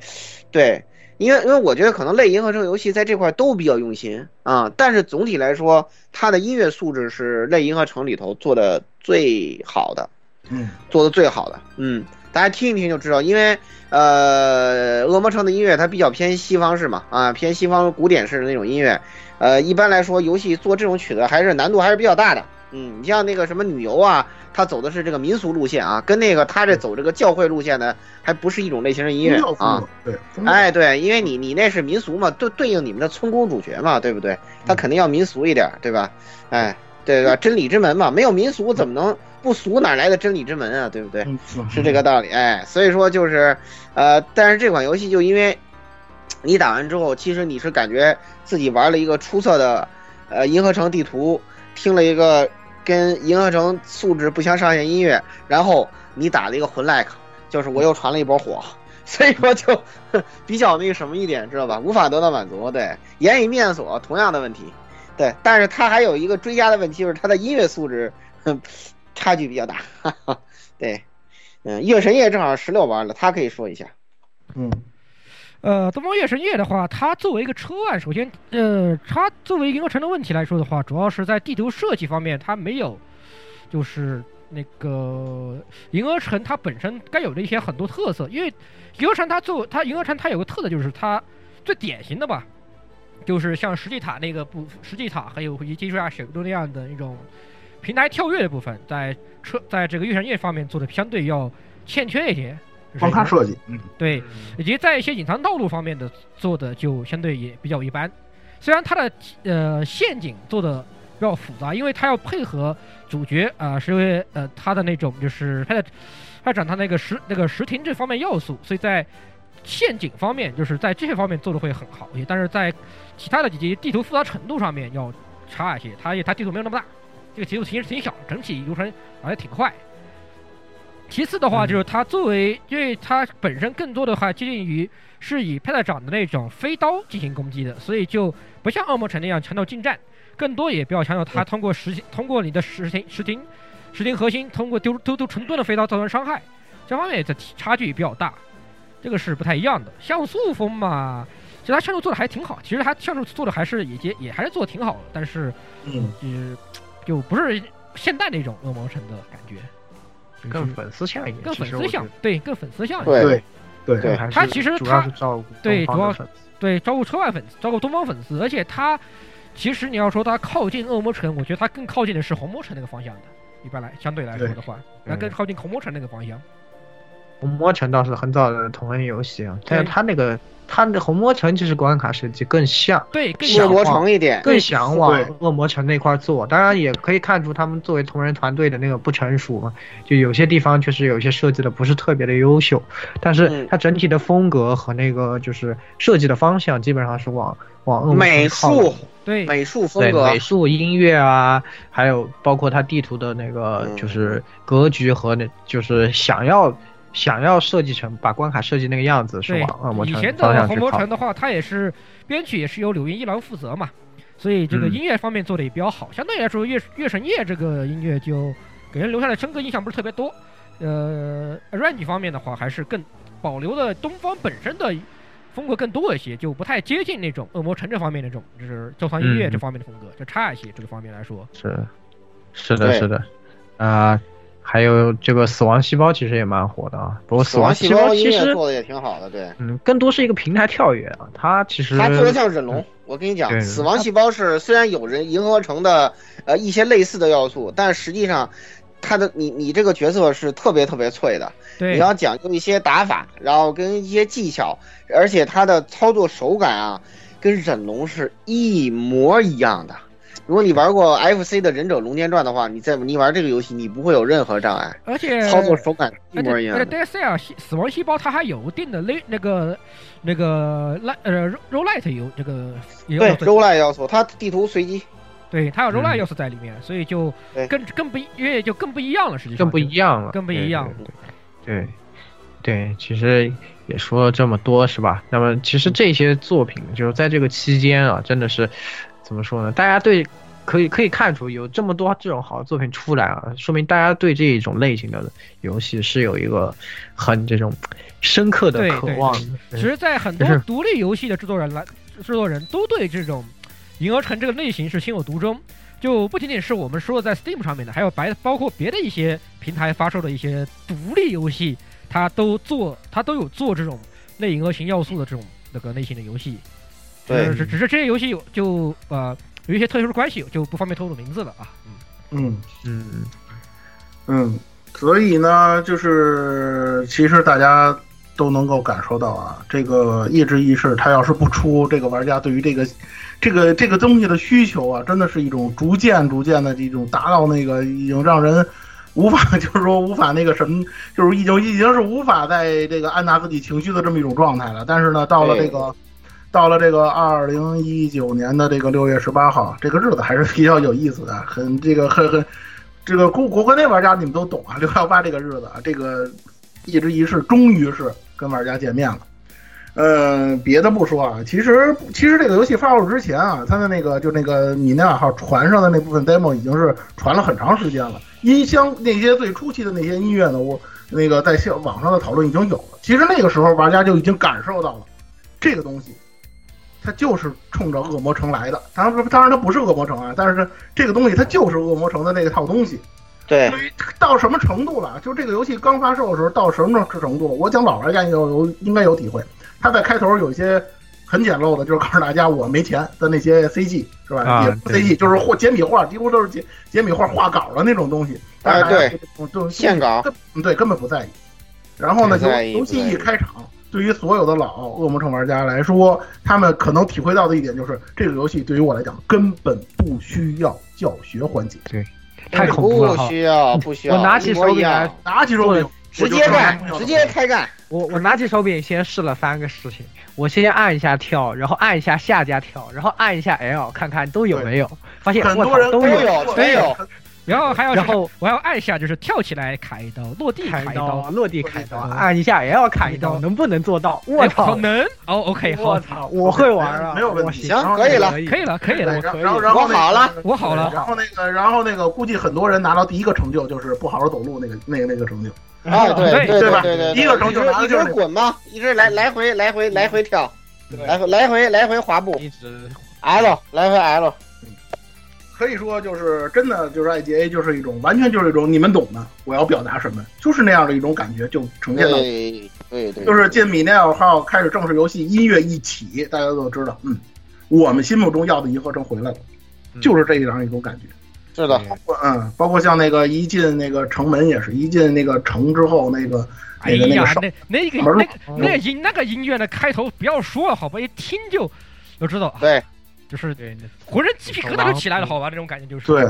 对，因为因为我觉得可能类银河城游戏在这块都比较用心啊，但是总体来说，它的音乐素质是类银河城里头做的最好的，
嗯，
做的最好的，嗯，大家听一听就知道，因为呃，恶魔城的音乐它比较偏西方式嘛，啊，偏西方古典式的那种音乐，呃，一般来说游戏做这种曲子还是难度还是比较大的。嗯，你像那个什么女游啊，她走的是这个民俗路线啊，跟那个她这走这个教会路线呢，还不是一种类型的音乐啊。
对，
哎，对，因为你你那是民俗嘛，对对应你们的村公主角嘛，对不对？他肯定要民俗一点，对吧？哎，对吧？真理之门嘛，没有民俗怎么能不俗？哪来的真理之门啊？对不对？
嗯
是这个道理。哎，所以说就是，呃，但是这款游戏就因为，你打完之后，其实你是感觉自己玩了一个出色的，呃，银河城地图，听了一个。跟银河城素质不相上下音乐，然后你打了一个魂 like，就是我又传了一波火， <laughs> 所以说就比较那个什么一点，知道吧？无法得到满足。对，言语避难所同样的问题，对，但是它还有一个追加的问题，就是它的音乐素质 <laughs> 差距比较大。 <laughs> 哈哈对，嗯，月神夜正好十六玩了，他可以说一下。
嗯。
呃，东方月神夜的话，它作为一个车案，首先，呃，它作为银河城的问题来说的话，主要是在地图设计方面，它没有，就是那个银河城它本身该有的一些很多特色。因为银河城它作它银河城它有个特色，就是它最典型的吧，就是像石际塔那个部石际塔，还有以及说啊雪都那样的一种平台跳跃的部分，在车在这个月神夜方面做的相对要欠缺一些。
光看设计，嗯，
对，以及在一些隐藏道路方面的做的就相对也比较一般。虽然它的呃陷阱做的比较复杂，因为它要配合主角啊、呃，是因为呃他的那种就是他的他讲他那个时那个时停这方面要素，所以在陷阱方面就是在这些方面做的会很好一些，但是在其他的几级地图复杂程度上面要差一些。它也它地图没有那么大，这个地图其实挺小，整体流程玩的挺快。其次的话，就是它作为，因为它本身更多的话接近于是以佩特长的那种飞刀进行攻击的，所以就不像恶魔城那样强调近战，更多也比较强调它通过实通过你的实停实停实停核心，通过丢丢丢成吨的飞刀造成伤害，这方面的差距比较大，这个是不太一样的。像素风嘛，其实它像素做的还挺好，其实它像素做的还是也也也还是做的挺好的，但是，
嗯，
就是就不是现代那种恶魔城的感觉，
更粉丝向一点，
更
其
粉
实
丝
我觉
向
得，
对，更粉丝向一点。
对对
对
对，
还是
他其实
主要
他
是照顾
对
东方
主要
的粉丝
对，照顾车外粉丝，照顾东方粉丝，而且它其实你要说它靠近恶魔城，我觉得它更靠近的是红魔城那个方向的。一般来相对来说的话，那更靠近红魔城那个方向。
红魔城倒是很早的同人游戏啊，但是
对
它那个它的红魔城其实关卡设计更像
对，更
是
恶
像
魔城一点，
更想往
对
恶魔城那块做，当然也可以看出他们作为同人团队的那个不成熟嘛，就有些地方确实有一些设计的不是特别的优秀，但是
嗯
它整体的风格和那个就是设计的方向基本上是往往恶魔城
美
靠的
术
对
美术风
对
格
美，术、音乐啊，还有包括它地图的那个
嗯
就是格局和那就是想要想要设计成把关卡设计那个样子是
对
往恶魔，
以
城
前
方
的
向
红
去
魔
靠
城。的话，它也是编曲也是由柳云一郎负责嘛，所以这个
嗯
音乐方面做的也比较好。相对来说，月月神夜这个音乐就给人留下的深刻印象不是特别多。呃，Range 方面的话，还是更保留的东方本身的风格更多一些，就不太接近那种恶魔城这方面那种，就是教堂音乐
嗯
这方面的风格，就差一些。这个方面来说，
是，是的，
对
是的，啊、还有这个死亡细胞其实也蛮火的啊，不过死
死亡
亡
细
胞
胞音
其
乐
实
做的也挺好的，对。
嗯更多是一个平台跳跃啊，它其实嗯
它做的像忍龙，我跟你
对
讲，死亡细胞是虽然有人银河城的呃一些类似的要素，但实际上，它的你你这个角色是特别特别脆的，
对
你要讲究一些打法，然后跟一些技巧，而且它的操作手感啊，跟忍龙是一模一样的。如果你玩过 FC 的《忍者龙剑传》的话，你在你玩这个游戏，你不会有任何障碍，
而且
操作手感一
而且
模一
而
样
且
的。
d s l 细死亡细胞它还有一定的类那个那个 l 呃 rollite 有这个也有
对
要素
r o l 要素，它地图随机，
对它有 rollite
嗯
要素在里面，所以就
对
更更不一因为就更不一样了，实际上
更不
就
一样了，
更不一
对
样了。
对对对，其实也说了这么多是吧？那么其实这些作品就是在这个期间啊，真的是怎么说呢？大家对可以可以看出有这么多这种好的作品出来啊，说明大家对这一种类型的游戏是有一个很这种深刻的
对
渴
对
望的。
其实，在很多
就是
独立游戏的制作人来制作人都对这种银河城这个类型是情有独钟，就不仅仅是我们说的在 Steam 上面的，还有白包括别的一些平台发售的一些独立游戏，它都做它都有做这种类银河型要素的这种那个类型的游戏。
对
呃只是只是这些游戏有就呃有一些特殊关系，就不方便透露名字了啊。嗯，
嗯。
嗯，
嗯，所以呢，就是其实大家都能够感受到啊，这个《夜之意识》它要是不出，这个玩家对于这个这个这个东西的需求啊，真的是一种逐渐逐渐的这种达到那个已经让人。无法，就是说无法那个什么，就是已经已经是无法在这个按捺自己情绪的这么一种状态了。但是呢，到了这个，到了这个二零一九年的这个六月十八号，这个日子还是比较有意思的，很这个很很这个国国国内玩家你们都懂啊，六幺八这个日子啊，这个一直一世终于是跟玩家见面了。呃，别的不说啊，其实其实这个游戏发布之前啊，它的那个就那个米内尔号传上的那部分 demo 已经是传了很长时间了。音箱那些最初期的那些音乐呢，我那个在线网上的讨论已经有了。其实那个时候玩家就已经感受到了这个东西，它就是冲着恶魔城来的。当然，当然它不是恶魔城啊，但是这个东西它就是恶魔城的那套东西。
对
至于到什么程度了，就这个游戏刚发售的时候到什么程度，我讲老玩家应该有应该有体会。他在开头有一些很简陋的，就是告诉大家我没钱的那些 CG 是吧？
啊
也不
对
CG 就是或简笔画，几乎都是简简笔画画稿的那种东西。但是
啊
大家
对
这种，这种
线稿
根嗯对根本不在意。然后呢，
不在意
游游戏
不在意
一开场，对于所有的老恶魔城玩家来说，他们可能体会到的一点就是，这个游戏对于我来讲根本不需要教学环节，
太恐怖了
不
哈！
需要，不需要，
我拿起
一模
手
一
柄
样
来
拿起手柄
直接
我就
干
不要，了
直接开干。
我我拿起手柄先试了三个事情，我先按一下跳，然后按一下下加跳，然后按一下 L 看看都有没有，发现
很
我
多
操
人
都
都
有，
有都有，
然后还要
然后
我还要按下就是跳起来砍一刀，落地砍
砍
一刀，
落地砍一刀，
落地砍一刀
按一下 L 砍一
砍
刀，
一刀
能不能做到？我
哎
操
可！能哦，OK，好
我，操！哎我会玩啊，
没有问
我
题
行
行，可以了，
可以了，可以了，
对
我可以
然后
了。
然后
我好了，
我好了，
然后那个，然后那个，估计很多人拿到第一个成就就是不好好走路那个那个那个成就。
哎，对
对
对吧
对对对，
一个手就拿
一
着
直
就
一
是
直滚嘛，一直来来回来回来回跳，来回来回来回滑步
一直
，L 来回 L，
可以说就是真的就是 IGA 就是一种完全就是一种你们懂的，我要表达什么，就是那样的一种感觉就呈现到。
对对对，
就是进米内尔号开始正式游戏，音乐一起，大家都知道，嗯，我们心目中要的银河城回来了，
嗯
就是这样一种感觉。
是的，
嗯，包括像那个一进那个城门也是，一进那个城之后那个
哎
那个那
呀
个，少
那那个
门
那个那个音那个音乐的开头不要说了，好吧，一听就就知道，啊
对，
就是浑身鸡皮疙瘩都起来了，好吧，那种感觉就是。
对，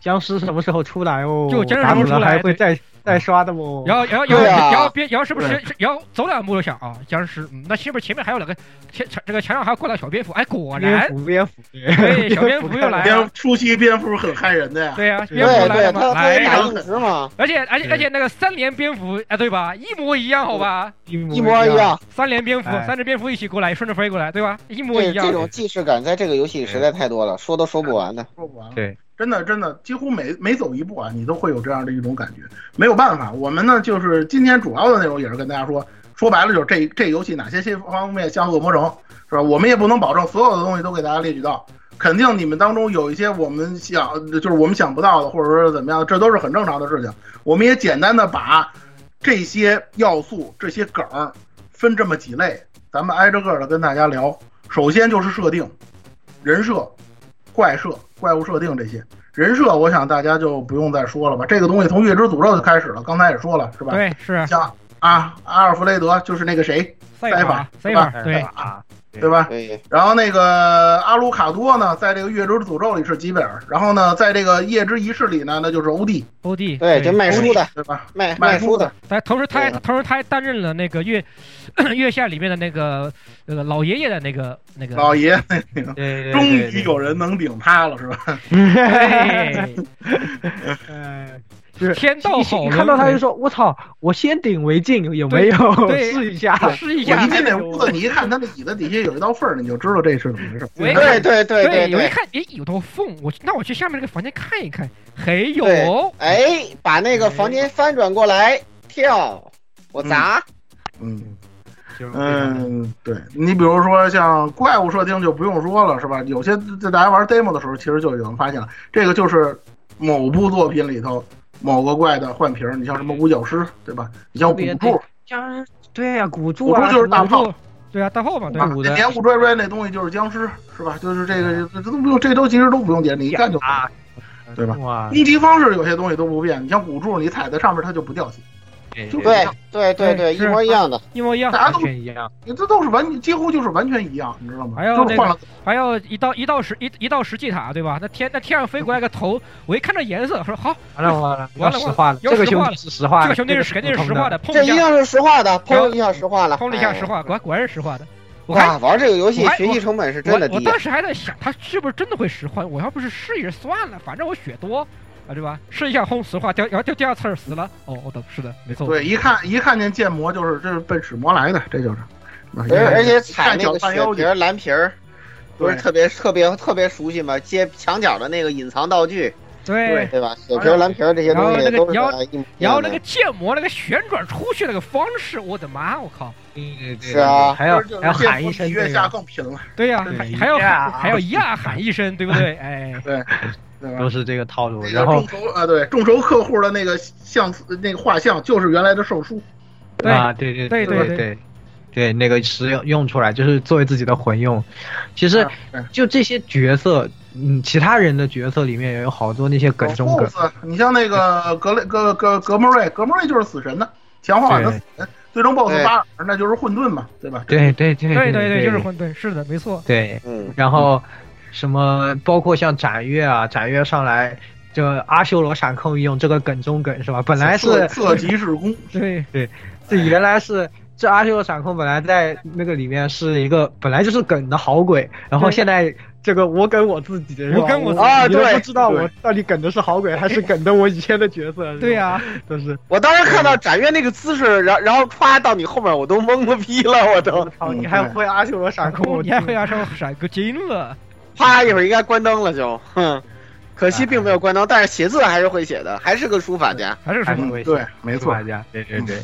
僵尸什么时候出来哦？
就僵尸
打
什么
死
时候
了
出来
还会再再刷的哦。
然后，然后，然后，
对啊
然后别，然后是不是，然后走两步就想啊，僵尸，嗯，那是不是前面还有两个前前这个墙上还挂了小蝙蝠？哎，果然
蝙，蝠蝙蝠，
对，小蝙蝠又来
蝙
了，
初期蝙蝠很害人的呀，
哎对呀，啊蝙蝠
对对，
来了
他
嘛，
他
来
也打
呀，
硬直嘛，
而且而且而且那个三连蝙蝠，哎，对吧？一模一样，好吧？
一
一模一。样。
三连蝙蝠，
哎
三只蝙蝠一起过来，顺着飞过来，对吧？一模
这
一样
这。种既视感在这个游戏里实在太多了，说都说不完的。
说不完了。
对，
真的真的，几乎每每走一步啊，你都会有这样的一种感觉。没有办法，我们呢就是今天主要的内容也是跟大家说，说白了就是这这游戏哪些些方面像恶魔城是吧？我们也不能保证所有的东西都给大家列举到，肯定你们当中有一些我们想就是我们想不到的，或者说怎么样，这都是很正常的事情。我们也简单的把这些要素、这些梗儿分这么几类，咱们挨着个的跟大家聊。首先就是设定、人设、怪设、怪物设定这些。人设，我想大家就不用再说了吧。这个东西从月之诅咒就开始了，刚才也说了，是吧？，
对，是
像啊阿尔弗雷德就是那个谁，
赛
赛
法
法，
赛
是
法
吧，
对，
啊，
对吧？
对，
然后那个阿鲁卡多呢，在这个月之诅咒里是吉贝尔，然后呢，在这个夜之仪式里呢，那就是欧弟，
欧弟，
对，就卖书的，
对吧？
卖
卖
卖
书
书
的
的，
但同时他还
对
同时他还担任了那个月 <coughs> 月下里面的那个那个老爷爷的那个那个
老爷，
对对对
终于有人能顶他了，是吧？
<laughs> 对，
哎，就是
天道好
一
轮回，
看到他就说：“我操，我先顶为敬，有没有
对
试一下？”
啊试一
我
下
一，进那屋子，你一看他那椅子底下有一道缝儿，你就知道这是怎么回事。
我一
对
看，
对对对
我一
对。
看，诶，有道缝，我去那我去下面那个房间看一看，嘿有，
对哎，把那个房间翻转过来，跳，我砸，
嗯。
就是这样的，
嗯，对你比如说像怪物设定就不用说了，是吧？有些在大家玩 demo 的时候，其实就已经发现了，这个就是某部作品里头某个怪的幻瓶儿。你像什么五角狮，对吧？你像
特
古
别
柱，
僵尸对呀，古柱
古柱
啊，
就是大
打
炮
炮，对啊，大炮嘛，对
啊
吧，
古
那
的
黏糊拽拽那东西就是僵尸，是吧？就是这个，这都不用，这都其实都不用解释，你一看就。
啊，
对吧
哇，
攻击方式有些东西都不变，你像古柱，你踩在上面它就不掉血，
对
就
对对对
对
对，
是啊
一模一样的。
一模一样。
大家
完
都
全一样。
这都是完几乎就是完全一样，你知道吗？
还有
就是换了
还有一道一道石一一道石祭塔，对吧？那天那天上飞过来个头，我一看这颜色，说好，
完了完了，
完了
要实话了，
要
这个
实话
兄
了
弟是实话，
这个兄弟是
这
肯定是
普
实
通
话
的，
的，砰
这
一
一
下，
定是实话的，
然后
砰一下实话了，
砰了一下
哎
实话，果果然实话的。我还
哇，啊玩这个游戏
我还
学习成本是真的
我我
低。啊
当时还在想，他是不是真的会石化？我要不是试一试算了，反正我血多啊，对吧？试一下轰石化，掉然后掉第二次死了。哦，我懂，是的，没错。
对，一看一看见建模就是这是奔史魔来的，这就是。而
而而且踩
看
那
脚
个
半
血
腰
皮
去，
儿、蓝皮儿，不
对
是特别特别特别熟悉吗？接墙角的那个隐藏道具，
对，
对吧？血皮儿、蓝皮儿这些东西
然后那个
都是
然后
呃一模一
然后
样
那个
的。
建模那个旋转出去那个方式，我的妈，我靠！
对对对，
是啊
还要
就是
还要喊一声
月
这
下
个，
更贫了，
对呀、
对
还还要
呀
喊还要呀喊一声，对
<laughs>
不对？哎，
对吧
都？是这个套路。
那
然
个
后
众筹啊，对，众筹客户的那个像那个画像就是原来的售书，
对
啊，对对
对对
对
对
对对，那个使用用出来就是作为自己的魂用。其实
啊对
就这些角色，嗯，其他人的角色里面也有好多那些梗中梗
哦
BOSS，。你像那个格雷格格格莫瑞，格莫瑞就是死神的强化版的死神，最终 BOSS
对
巴尔那就是混沌嘛，对吧？
对对对
对对
对，
就是混沌，是的，没错。
对，
嗯，
然后什么包括像斩月啊，斩月上来这阿修罗闪控一用这个梗中梗是吧？本来
色
是
色即
<laughs>
是空，
对
这原来是这阿修罗闪控本来在那个里面是一个本来就是梗的好
<laughs>
鬼，然后
对
现在这个我梗我自己，是吧
我梗我自己
啊，你都
对
不知道
对
我到底梗的是好鬼还是梗的我以前的角色，是吧
对 <laughs> 呀、
都是
我当时看到展越那个姿势，然然后歘到你后面，我都懵了逼了，我都
我操，你还会阿修罗闪控，
<laughs> 你还会要说闪个金了，
啪一会儿应该关灯了就，哼，可惜并没有关灯，但是写
<laughs>
字还是会写的，还是个书法家。
还是什
还
么？
会
嗯
对，没错
大，家，对对对，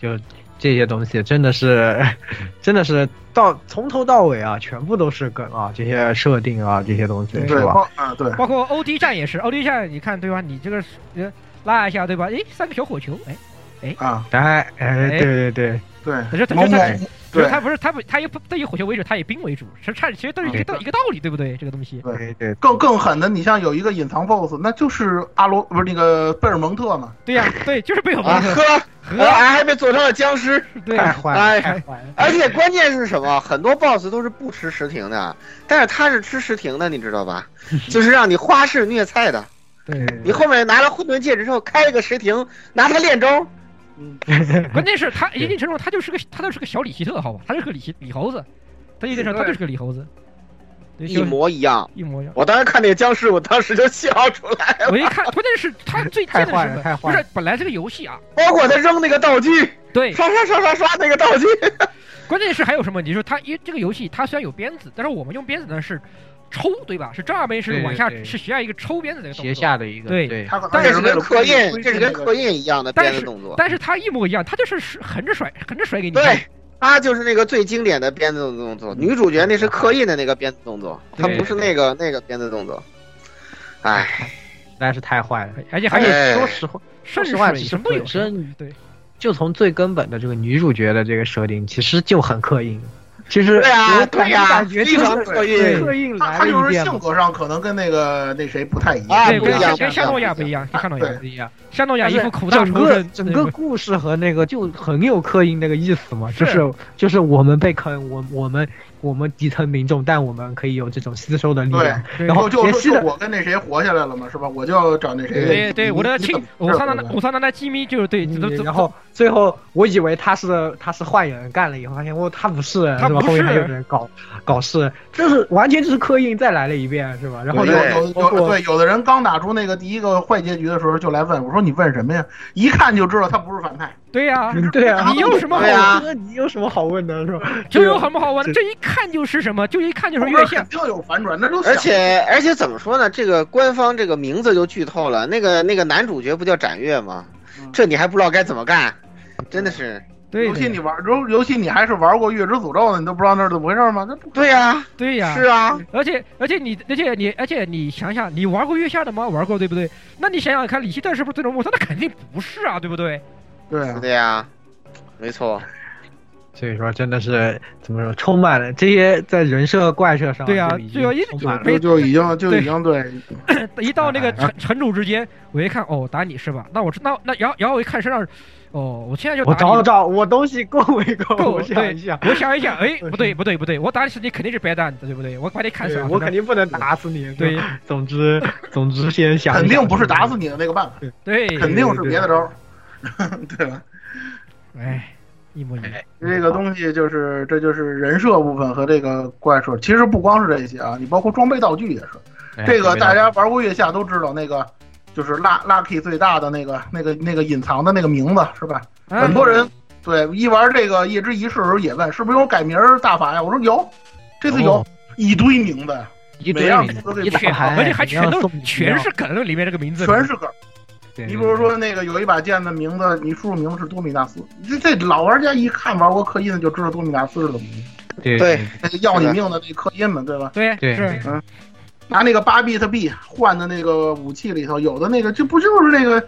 就这些东西真的是， <laughs> 真的是到从头到尾啊，全部都是梗啊，这些设定啊，这些东西是吧？
啊，对，
包括 OD 战也是，OD 战你看对吧？你这个呃拉一下对吧？诶，三个小火球，哎哎
啊，
哎哎，
哎
对对对，
对，
可是他
某
就
某
在，可
对
是他不是他不他以他以火球为主，他以冰为主，是差其实都是一个道一个道理，对不对？这个东西，
对对
更更狠的，你像有一个隐藏 BOSS，那就是阿罗不是那个贝尔蒙特嘛，
对呀，对，就是被我
啊
们 <laughs>
呵，
<laughs>
和
啊还被做成了僵尸，
对
太坏
哎
了，
<laughs>
太坏了！
而且关键是什么？很多 BOSS 都是不吃实停的，但是他是吃实停的，你知道吧？就是让你花式虐菜的。
<laughs> 对，
你后面拿了混沌戒指之后，开一个实停，拿它练招，
<laughs>
关键是他一定程度上他就是个他就是个小里希特，好吧？他就是个里希里猴子，他一定程度上他就是个里猴子，对
一
就
模一样。
一模一样。
我当时看那个僵尸，我当时就笑出来，
我一看，关键是他最
<laughs> 太
贱的
坏了
是什
太
么？
坏
不
了
是本来这个游戏啊，
包括他扔那个道具，
对，
刷刷刷刷刷那个道具。
关键是还有什么？你说它因为这个游戏它虽然有鞭子，但是我们用鞭子呢是抽，对吧？是正二边是
对
往下
对
是斜下一个抽鞭子的一个动
斜
作。
下的一个
对
对
他可能
但
这
也
是
为
跟
了
刻印，
推
这是跟刻印一样的鞭
但
子
是
动作。
但是它一模一样，它就是是横着甩，横着甩给你。
对，他就是那个最经典的鞭子动作。女主角那是刻印的那个鞭子动作，他不是那个那个鞭子动作。哎，
实在是太坏了。
而且还
而
有
且
哎
说实话，
渗
实话
水，
其实
什么都有。
本身
对，
就从最根本的这个女主角的这个设定，其实就很刻意。其实
对啊
我感
对啊
感觉就
非
是
常刻意
刻意
他
来
他
了
就
一
是
遍
性
嘛，
格上可能跟那个那谁不太一样。
啊
对，
不一
跟
样
跟夏诺亚不一样，跟夏诺亚
对
不一样。夏诺啊亚一副苦大
整
仇
个
深，
整个
对
故事和那个就很有刻意那个意思嘛，
是
就是就是我们被坑，我我们我们底层民众，但我们可以有这种吸收的力
对
量。，
对
然
啊
后
就
杰
就
西
就
的
我跟那谁活下来了嘛，是吧？我就找那谁。
对对，我的
亲
亲，，我桑拿我桑拿的基咪就是对，怎么怎么
嗯然后最后我以为他是他是坏人干了以后，发现哦他不是，
他
是吧？
不
后面还
是
有人搞搞事，就是完全就是刻意再来了一遍，是吧？然后
有
又
有有
包
有
括
对，有的人刚打出那个第一个坏结局的时候就来问我说：“你问什么呀？”一看就知道他不是反派。
对呀，
嗯对啊，
你有什么
对啊
好问？你有什么好问的，是吧？
就有什么好玩的？这一看就是什么，就一看就是
后边
月下
肯。定有反转，那都
而
想
且而且怎么说呢？这个官方这个名字就剧透了。那个那个男主角不叫斩月吗
嗯？
这你还不知道该怎么干，真的是。
对
尤其你玩，尤尤其你还是玩过《月之诅咒》的，你都不知道那是怎么回事吗？那不
对呀、
对呀，
是啊，
而且而且你而且你而且你想想，你玩过月下的吗？玩过对不对？那你想想看，李希特是不是最终末？他那肯定不是啊，对不对？ <coughs>
对啊，
对呀、没错。
所以说真的是怎么说，充满了这些在人设怪设上，
对啊
就已经
对啊一
充满了
没
就就已 <laughs> 经就已经对，
一到那个
哎
城城主之间，我一看哦，打你是吧？那我知那那然后然后我一看身上，哦，我现在就
我
打
找
你。
找，我东西够没够？
够
我想一想，
我想一想，哎，不对不对不对，我打你时你肯定是白蛋的，对不对？我把你砍死
对
了，
我肯定不能打死你。
对，
总之总之先想一想，
肯定不是打死你的那个办法，
对，
肯定是别的 <laughs> 招儿，对吧？
哎，一模一样，
这个东西就是，这就是人设部分和这个怪兽。其实不光是这些啊，你包括装备道具也是。
哎。
这个大家玩过月下都知道，那个就是拉 lucky 最大的那个、那个、那个隐藏的那个名字是吧？
啊
很多人对一玩这个夜之仪式的时候也问，是不是有改名儿大法呀？我说有，这次有
哦
一堆名字呀，
一
每
堆
样
名
名字
字
都
一
给
大
全，
排，
而且还
你要
全都
送
全是梗，里面这个名字
全是梗儿。
对
你比如说那个有一把剑的名字，你输入名字是多米纳斯，这这老玩家一看玩过刻印的就知道多米纳斯是怎么
嗯
回
对
事，
对
那个要你命的那刻印们，对吧？
对
对
是
拿那个八 bit 币换的那个武器里头，有的那个这不就是那个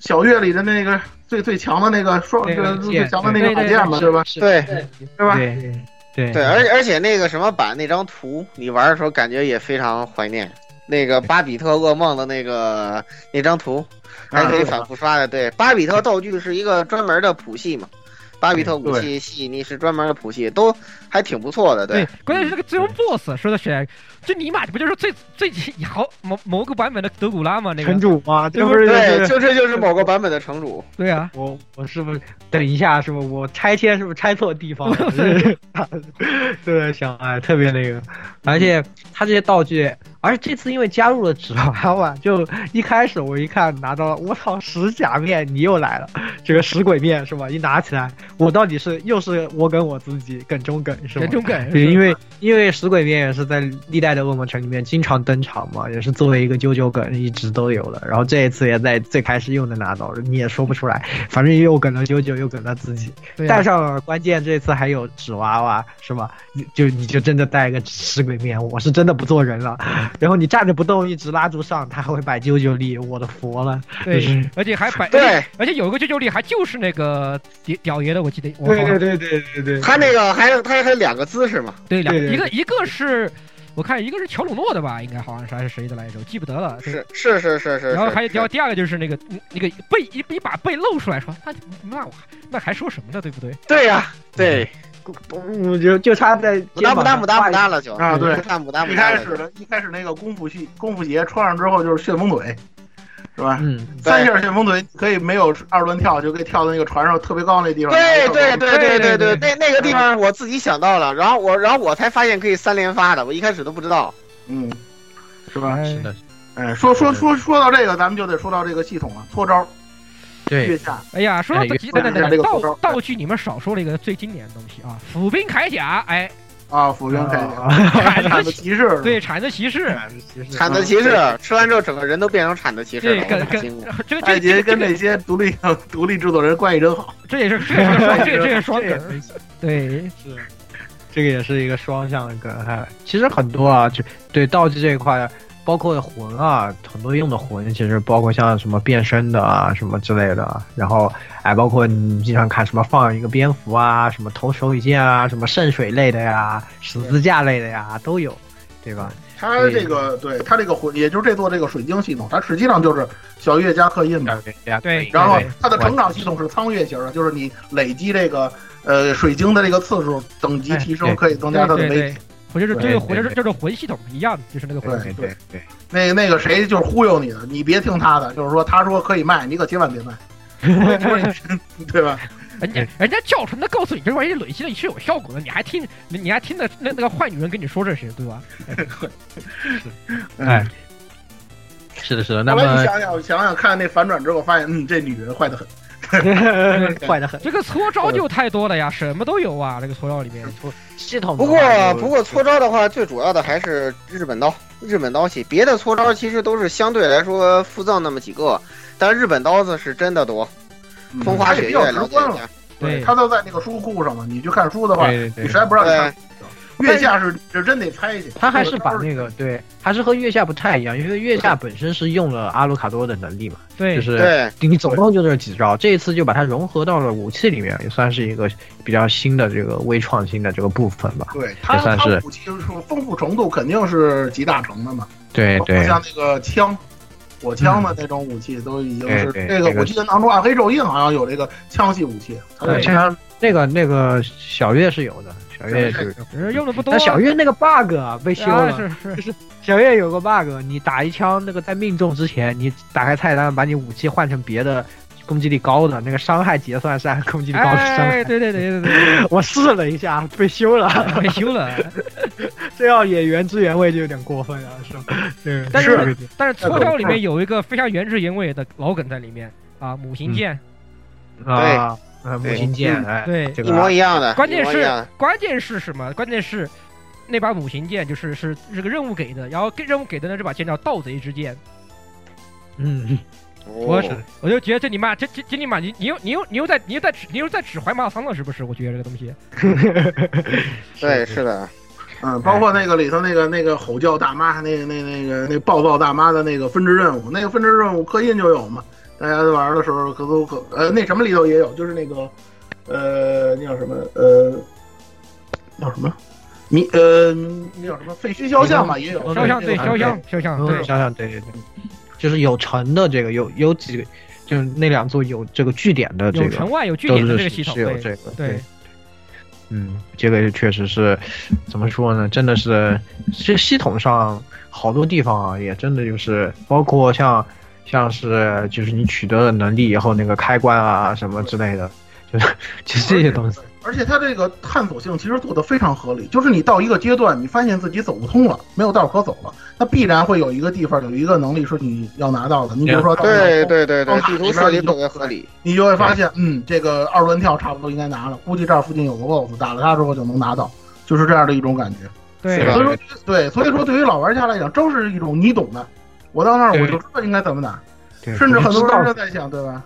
小月里的那个最最强的那个双
那个
最
剑
最强的那个
对
把
对
剑嘛，对吧？
对
对吧？
对对
对，而而且那个什么版那张图，你玩的时候感觉也非常怀念。那个巴比特噩梦的那个那张图，
啊
还可以反复刷的。对，巴比特道具是一个专门的谱系嘛，巴比特武器系你是专门的谱系，都还挺不错的。
对
对，，
关键是这个最终 BOSS 说的起来，这尼玛这不就是最最好某某个版本的德古拉吗？那
城
个
主嘛，这不是
对，就这就是某个版本的城主。
对啊，
我我是不是等一下是不是我拆迁是不是拆错地
<laughs>
方 <laughs> 了？对，想哎特别那个，而且它这些道具，而这次因为加入了纸娃娃，就一开始我一看拿到了，我操，石甲面你又来了，这个石鬼面是吧？一拿起来，我到底是又是我跟我自己梗中梗是吧？
梗中梗
对，
是
因为因为石鬼面也是在历代的恶魔城里面经常登场嘛，也是作为一个啾啾梗一直都有的，然后这一次也在最开始又能拿到，你也说不出来，反正又梗了啾啾，又梗了自己，
对啊
带上了关键这次还有纸娃娃是吧？你就你就真的带一个石鬼面，我是真的不做人了。然后你站着不动，一直拉住上，他还会摆啾啾力，我的佛了！就是
对，而且还摆，
对，
而且有一个救救力还就是那个屌屌爷的，我记得，我好
对
像
对对对对对，
他那个还他还有两个姿势嘛，
对，两
对对
一个一个是，我看一个是乔鲁诺的吧，应该好像是还是谁的来着，我记不得了。对。
是是是是是。
然后
是
还有
是
然后第二个就是那个嗯那个背一一把背露出来说，那那我那还说什么呢，对不对？
对呀，对，
我就就差在
牡丹牡丹牡丹牡丹
了，
了就
啊对
牡丹牡丹
一
牡丹
开
了就
始的一开始那个功夫鞋，功夫鞋穿上之后就是旋风腿，是吧？
嗯，
三下旋风腿可以没有二轮跳，就可以跳到那个船上特别高那地方。
对对对对
对
对
对
对，那那个地方我自己想到了，然后我然后我才发现可以三连发的，我一开始都不知道。
嗯，是吧？
是的，
嗯
哎，说说说说到这个，咱们就得说到这个系统了，搓招
对
月下。
哎呀，说到
哎
这，
我
等等等
想这
等，
个口罩
道道具你们少说了一个最经典的东西啊，斧兵铠甲，哎，
啊，辅兵开
啊
铲
砍
子
的骑士，
对铲子骑
哎
士，
<laughs> 嗯
铲子骑士吃完之后，整个人都变成铲子骑士了，我
对，跟
太惊
跟
了。
这个
<laughs> 艾
这
杰
个这
哎跟
个
那些独立 <laughs> 独立制作人关系真好。
这也是这
<laughs>
也是双这也这也是双梗，对，
是，这个也是一个双向的梗。哎，其实很多啊，就对道具这一块，包括魂啊，很多用的魂，其实包括像什么变身的啊，什么之类的啊。然后，哎，包括你经常看什么放一个蝙蝠啊，什么投手里剑啊，什么圣水类的呀，十字架类的呀，都有，对吧？
他这个对他这个混，也就是这座这个水晶系统，它实际上就是小月加刻印
嗯
呗。
对
然后它的成长系统是苍月型的，就是你累积这个呃水晶的这个次数等级提
哎
升，可以增加它
对对
的威力
对。，或者是
对
对，或者
对
是就是魂系统一样，就是那个魂系
对
统。
对
对，
那那个谁就是忽悠你的，你别听他的，就是说他说可以卖，你可千万别卖， <laughs> 对吧？
人家人家教程都告诉你这玩意儿累积了是有效果的，你还听你你还听那那那个坏女人跟你说这些，对吧？
哎，是的，是的。那
嗯后来你
么
想想想想看那反转之后，发现嗯，这女人坏得很。
呃坏的很，
这个搓招就太多了呀，什么都有啊，这个搓招里面。
系统的
不
话
过
就
不过搓招的话，最主要的还是日本刀，日本刀系。别的搓招其实都是相对来说附赠那么几个，但日本刀子是真的多。
嗯
风花雪
它
月
也比较
了
直
解
观
一
了，
下，
对，
他都在那个书库上嘛，你去看书的话，
对对
你
对
实。在不知道你
对
看。月下是是真得猜去，
他还是把那个对，还是和月下不太一样，因为月下本身是用了阿鲁卡多的能力嘛，
对
就，是
对
你总共就这几招，这一次就把它融合到了武器里面，也算是一个比较新的这个微创新的这个部分吧。
对他
也算是
他武器就是丰富程度肯定是集大成的嘛，
对
包括
对嗯
像那个枪。火枪的那种武器都已经是
对对
这
这
个，
个
我记得当初《暗黑咒印》好像有这个枪系武器，它
呃，
这
像那个那个小月是有的，小月就是，
只是用的不多。
但小月那个 bug 啊被修
啊，
了。
<laughs> 是是，
小月有个 bug，你打一枪，那个在命中之前，你打开菜单，把你武器换成别的攻击力高的，那个伤害结算是按攻击力高的伤害。
哎，对对对对对，
我试了一下，被修了。
对被
<laughs>
修了。
这要演原汁原味就有点过分
啊
了，是 <laughs> 吧？对，
但是但是搓招里面有一个非常原汁原味的老梗在里面啊，
嗯
母形剑。
啊，呃母
对
亲剑，哎，
嗯对
这
一模
个
一样的。
关键
一模一
是
样的
关键是什么？关键是那把母形剑就是是这个任务给的，然后跟任务给的呢这把剑叫盗贼之剑。
嗯，
我
哦
是，我就觉得这你妈，这这这你妈，你你又你又你又在你又在指你又在指怀马桑了，是不是？我觉得这个东西，
对，是的，
嗯，包括那个里头那个那个吼叫大妈，那个那那个那暴躁大妈的那个分支任务，那个分支任务刻印就有嘛，大家玩的时候可都可呃那什么里头也有，就是那个呃那叫什么呃叫什么迷呃那叫什么废墟肖像嘛也有，
肖像哦
对
对肖像肖像嗯对
想想，嗯对对对，就是有城的这个有有几个，就是那两座有这个据点的这
有
个
城，外有据
都
点的这
是
个系统，
是有
对
这个
对。
嗯，这个确实是，怎么说呢？真的是，这系统上好多地方啊，也真的就是，包括像像是 <laughs> 就是你取得了能力以后那个开关啊什么之类的，就是就这些东西。
而且它这个探索性其实做得非常合理，就是你到一个阶段，你发现自己走不通了，没有道可走了，那必然会有一个地方有一个能力是你要拿到的。你比如说到了
对对对
到
对，
哪
地
里
图
边
设计
你就
特别合理。
你就会发现，嗯，这个二轮跳差不多应该拿了，估计这儿附近有嗯个呃 BOSS，打了它之后就能拿到，嗯就是这呃样的一种感觉。
对
所以说，对，呃所以说对于老玩家来讲，正是一种你懂的，我到那儿我就知道应该怎么打，
嗯
甚至很多人都在想，对吧？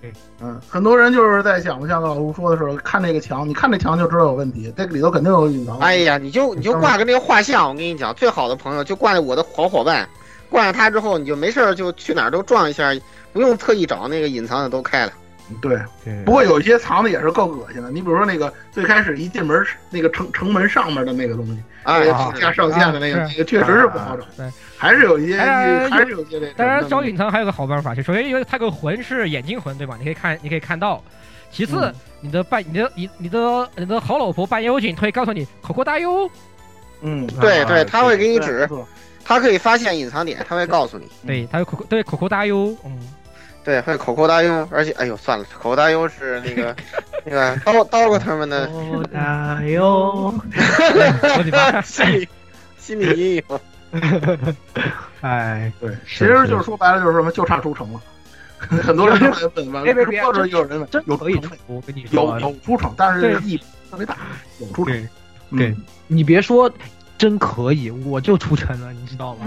对，
嗯，很多人就是在想，像老吴说的时候，看这个墙，你看这墙就知道有问题，这个里头肯定有隐藏。
哎，呀，你
嗯
就你就挂个那个画像，我跟你讲，最好的朋友就挂在我的好伙伴，挂上他之后，你就没事儿就去哪儿都撞一下，不用特意找那个隐藏的都开了。
嗯对，不过有一些藏的也是够恶心的，你比如说那个最开始一进门那个城城门上面的那个东西，
啊
那个
啊
上下上哎下的那个，
啊
那个确实是不好找，
对，
还是有一些，
哎
还是有一些那什么的。
当然，找隐藏还有个好办法，就首先因为它有个魂是眼睛魂，对吧？你可以看，你可以看到。其次
嗯，
你的伴，你的你你的你的好老婆伴妖精，她会告诉你“口口大哟
嗯，
对对，他会给你
对
指，
没错
他可以发现隐藏点，他会告诉你。”，
对，她会口口对口口大哟，
<laughs>
嗯，
对，会口口答应，而且哎呦算了，口口答应是那个那个刀刀哥他们
<laughs>
的
哎呦，
我的妈，
心理心理阴影。
哎，
对，其实就是说白了就是什么，就差出城了。很多人都在问，完了
别别别
或者有人问，
真
有
可以
出
出
城，
我跟你说
有
啊，
有出城，但是
对
意义特别大，有出城嗯
对。对你别说真可以，我就出城了，你知道
<laughs>
吗？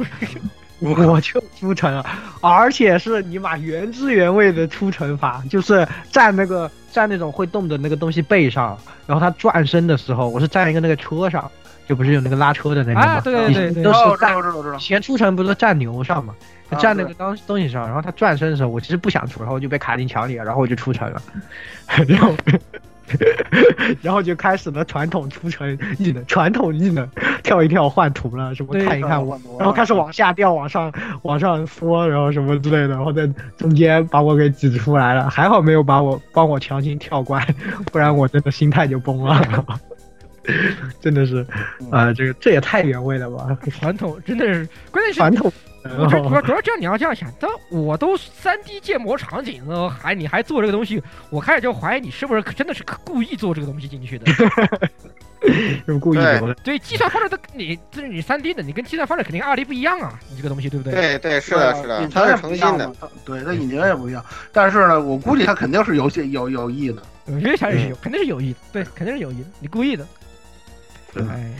我就出城了，而且是你妈原汁原味的出城法，就是站那个站那种会动的那个东西背上，然后它转身的时候，我是站一个那个车上，就不是有那个拉车的那个吗？
啊对对
以
对
前
对
都
哦，
是
知道
站，
知道知道
以，前出城不是站牛上嘛，
啊
站那个东东西上，然后他转身的时候，我其实不想出，然后我就被卡进墙里了，然后我就出城了， <laughs> 然后 <laughs> 然后就开始了传统出城技能，传统技能跳一跳换图了，什么
对
看一看我，
我，
然后开始往下掉，往上往上缩，然后什么之类的，然后在中间把我给挤出来了，还好没有把我帮我强行跳关，不然我真的心态就崩了。 <laughs> 真的是，啊、这个这也太原味了吧，
传统真的是，关键是
传统。哦
我觉得主要主要这样你要这样想，但我都三 D 建模场景了，还你还做这个东西，我开始就怀疑你是不是真的是故意做这个东西进去的。
是故意留的。
对，计算方式的你这是你三 D 的，你跟计算方式肯定二 D 不一样啊，你这个东西对不对？
对对，是的，是的，
隐
他
藏
是诚
也呃不一
心
样
的
嘛。，它对，它隐形也不一样。但是呢，我估计它肯定是有些有有意的。
嗯
我觉得想也是有，肯定是有意的，对，肯定是有意的，你故意的。
对
哎，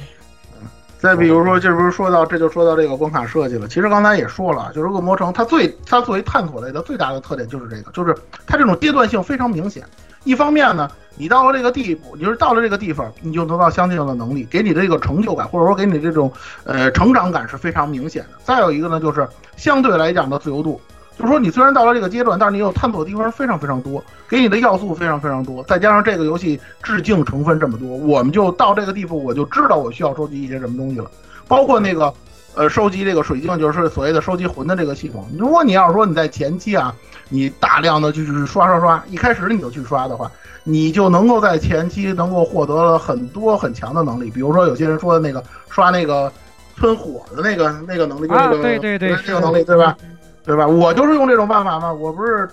再比如说，这不是说到这就说到这个关卡设计了。其实刚才也说了，就是恶魔城它最它作为探索类的最大的特点就是这个，就是它这种阶段性非常明显。一方面呢，你到了这个地步，你就是到了这个地方，你就得到相应的能力，给你的这个成就感或者说给你这种呃成长感是非常明显的。再有一个呢，就是相对来讲的自由度。就是说，你虽然到了这个阶段，但是你有探索的地方非常非常多，给你的要素非常非常多，再加上这个游戏致敬成分这么多，我们就到这个地步，我就知道我需要收集一些什么东西了，包括那个。呃，收集这个水晶就是所谓的收集魂的这个系统。如果你要是说你在前期啊，你大量的去刷刷刷，一开始你就去刷的话，你就能够在前期能够获得了很多很强的能力。比如说有些人说的那个刷那个喷火的那个那个能力，就
啊
那个、
对对嗯对
那个能力对吧？对吧？我就是用这种办法嘛，我不是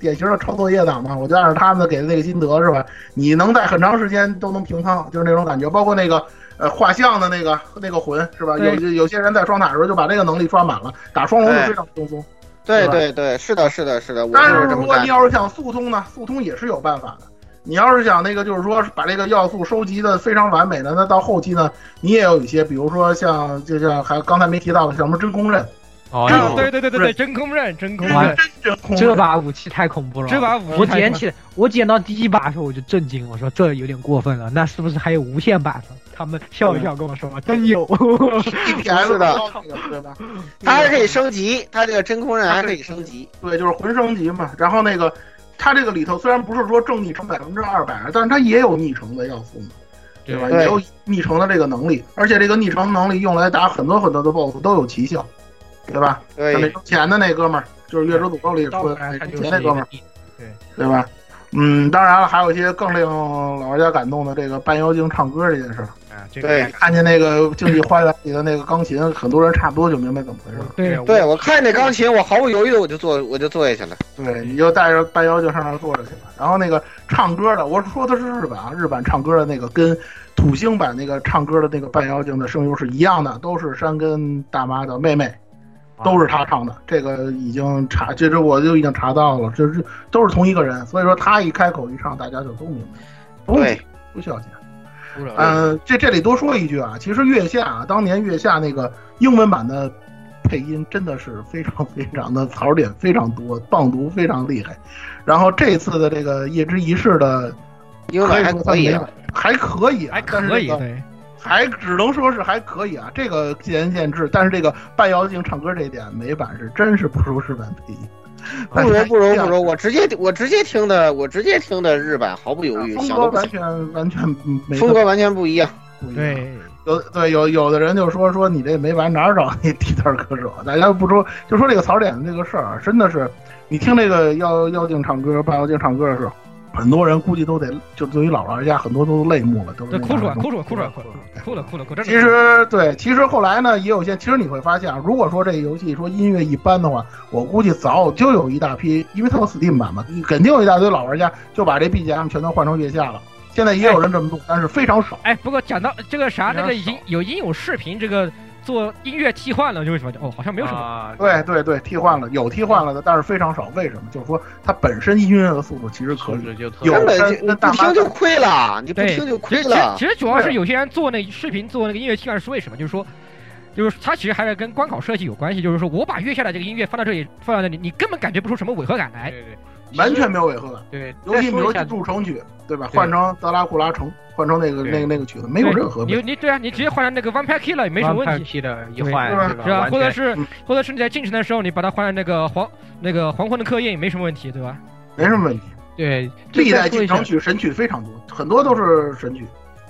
典型的抄作业党嘛，我就按照他们给的那个心得是吧？你能在很长时间都能平仓，就是那种感觉。包括那个呃画像的那个那个魂是吧？有
对
有些人在双塔的时候就把这个能力刷满了，打双龙就非常轻松。
对
是吧
对对，是的，是的，是的，我
但
就是是这
如
么
果
干
你。要是想速通呢，速通也是有办法的。你要是想那个，就是说把这个要素收集的非常完美的，那到后期呢，你也有一些，比如说像就像还刚才没提到的，像什么真空刃，
哦
哎
啊，
呦
对对对对
不
对，
是
真空刃，真空
完
刃
了，
真空
这
<laughs>
把武器太恐怖了，
这把武器
我
太
捡
恐
起来，我捡到第一把的时候我就震惊，我说这有点过分了，那是不是还有无限版的？他们笑一笑跟我说，真有，
DPS
是的
高那个对吧？
他还可以升级，他这个真空人还可以升级。
对，就是魂升级嘛。然后那个，它这个里头虽然不是说正逆程百分之二百，但是它也有逆程的要素嘛，对吧？
对
也有逆程的这个能力，而且这个逆程能力用来打很多很多的 BOSS 都有奇效，对吧？像那
对
之前的那哥们儿，就是月之诅咒里
到
出
来
来
他
之
就是
前那
一
哥们
个
儿，对吧？嗯，当然了，还有一些更令老玩家感动的，这个半妖精唱歌这件事儿。
对，
看见那个竞技花园里的那个钢琴，很多人差不多就明白怎么回事。
对，
啊
对我看那
嗯
钢琴，我毫不犹豫的我就坐我就坐下去了。
对，你就带着半妖精上那儿坐着去吧。然后那个唱歌的，我说的是日本啊，日本唱歌的那个跟土星版那个唱歌的那个半妖精的声优是一样的，都是山根大妈的妹妹，都是她唱的。这个已经查，这是我就已经查到了，这是都是同一个人。所以说他一开口一唱，大家就都明白，不用
对，
不需要解释。嗯，这这里多说一句啊，其实月下啊，当年月下那个英文版的配音真的是非常 <laughs> 非常的槽点非常多，棒读非常厉害。然后这次的这个夜之仪式的，
英文还可以啊，
还可以啊，
还可以，对，
还只能说是还可以啊，这个见仁见智。但是这个半妖精唱歌这一点，美版是真是不如日版配音。哎
不
<laughs>
如不如不如，我直接我直接听的我直接听的日版，毫不犹豫，
啊风
想
格
都不
完
想，
全完全没
风格完全不一样。
对，
有对有有的人就说说你这没完哪儿找那地摊歌手？大家不说就说这个槽点的这个事儿啊，真的是，你听这个妖妖精唱歌、半妖精唱歌的时候，很多人估计都得就对于老玩家很多都泪目了，都是
对，
那
哭出来，
种
哭出来，哭出来，哭出来，哭了，哭了，哭了。
其实对，其实后来呢，也有些，其实你会发现啊，如果说这个游戏说音乐一般的话，我估计早就有一大批，因为它有 Steam 版嘛，肯定有一大堆老玩家就把这 BGM 全都换成月下了。现在也有人这么做，但是非常少。
哎，不过讲到这个啥，
非
那
常
个已经有已经有视频这个做音乐替换了，就是什么哦，好像没有什么。
啊，
对对对，替换了，有替换了的，但是非常少。为什么？就是说它本身音乐的速度其实可
素
以。
质就特
有
根本就
那
你
大
不
妈
听就亏了，你不
对
听就
其
亏
实其实
了
其。实主要是
对
有些人做那视频做那个音乐替换是为什么？就是说，就是他其实还是跟关考设计有关系。就是说我把月下的这个音乐放到这里放到那里，你根本感觉不出什么违和感来。
对对，
完全没有违和感。
对。
尤
再
其比
说
如
一下
入城曲，对吧？
对
换成德拉库拉城，换成那个那
对
个那个曲子，没有
对
任何
你
问题。
你对啊，你直接换成那个 One Pack Killer 也没什么问题。
题的一
对
换，
是吧
对吧？
是吧？
啊完
或者
全
是
嗯，
或者是你在进城的时候，你把它换成那个黄那个黄昏的刻印，也没什么问题，对吧？
没什么问题。
对。
历代
进
进城曲神曲非常多，很多都是神曲、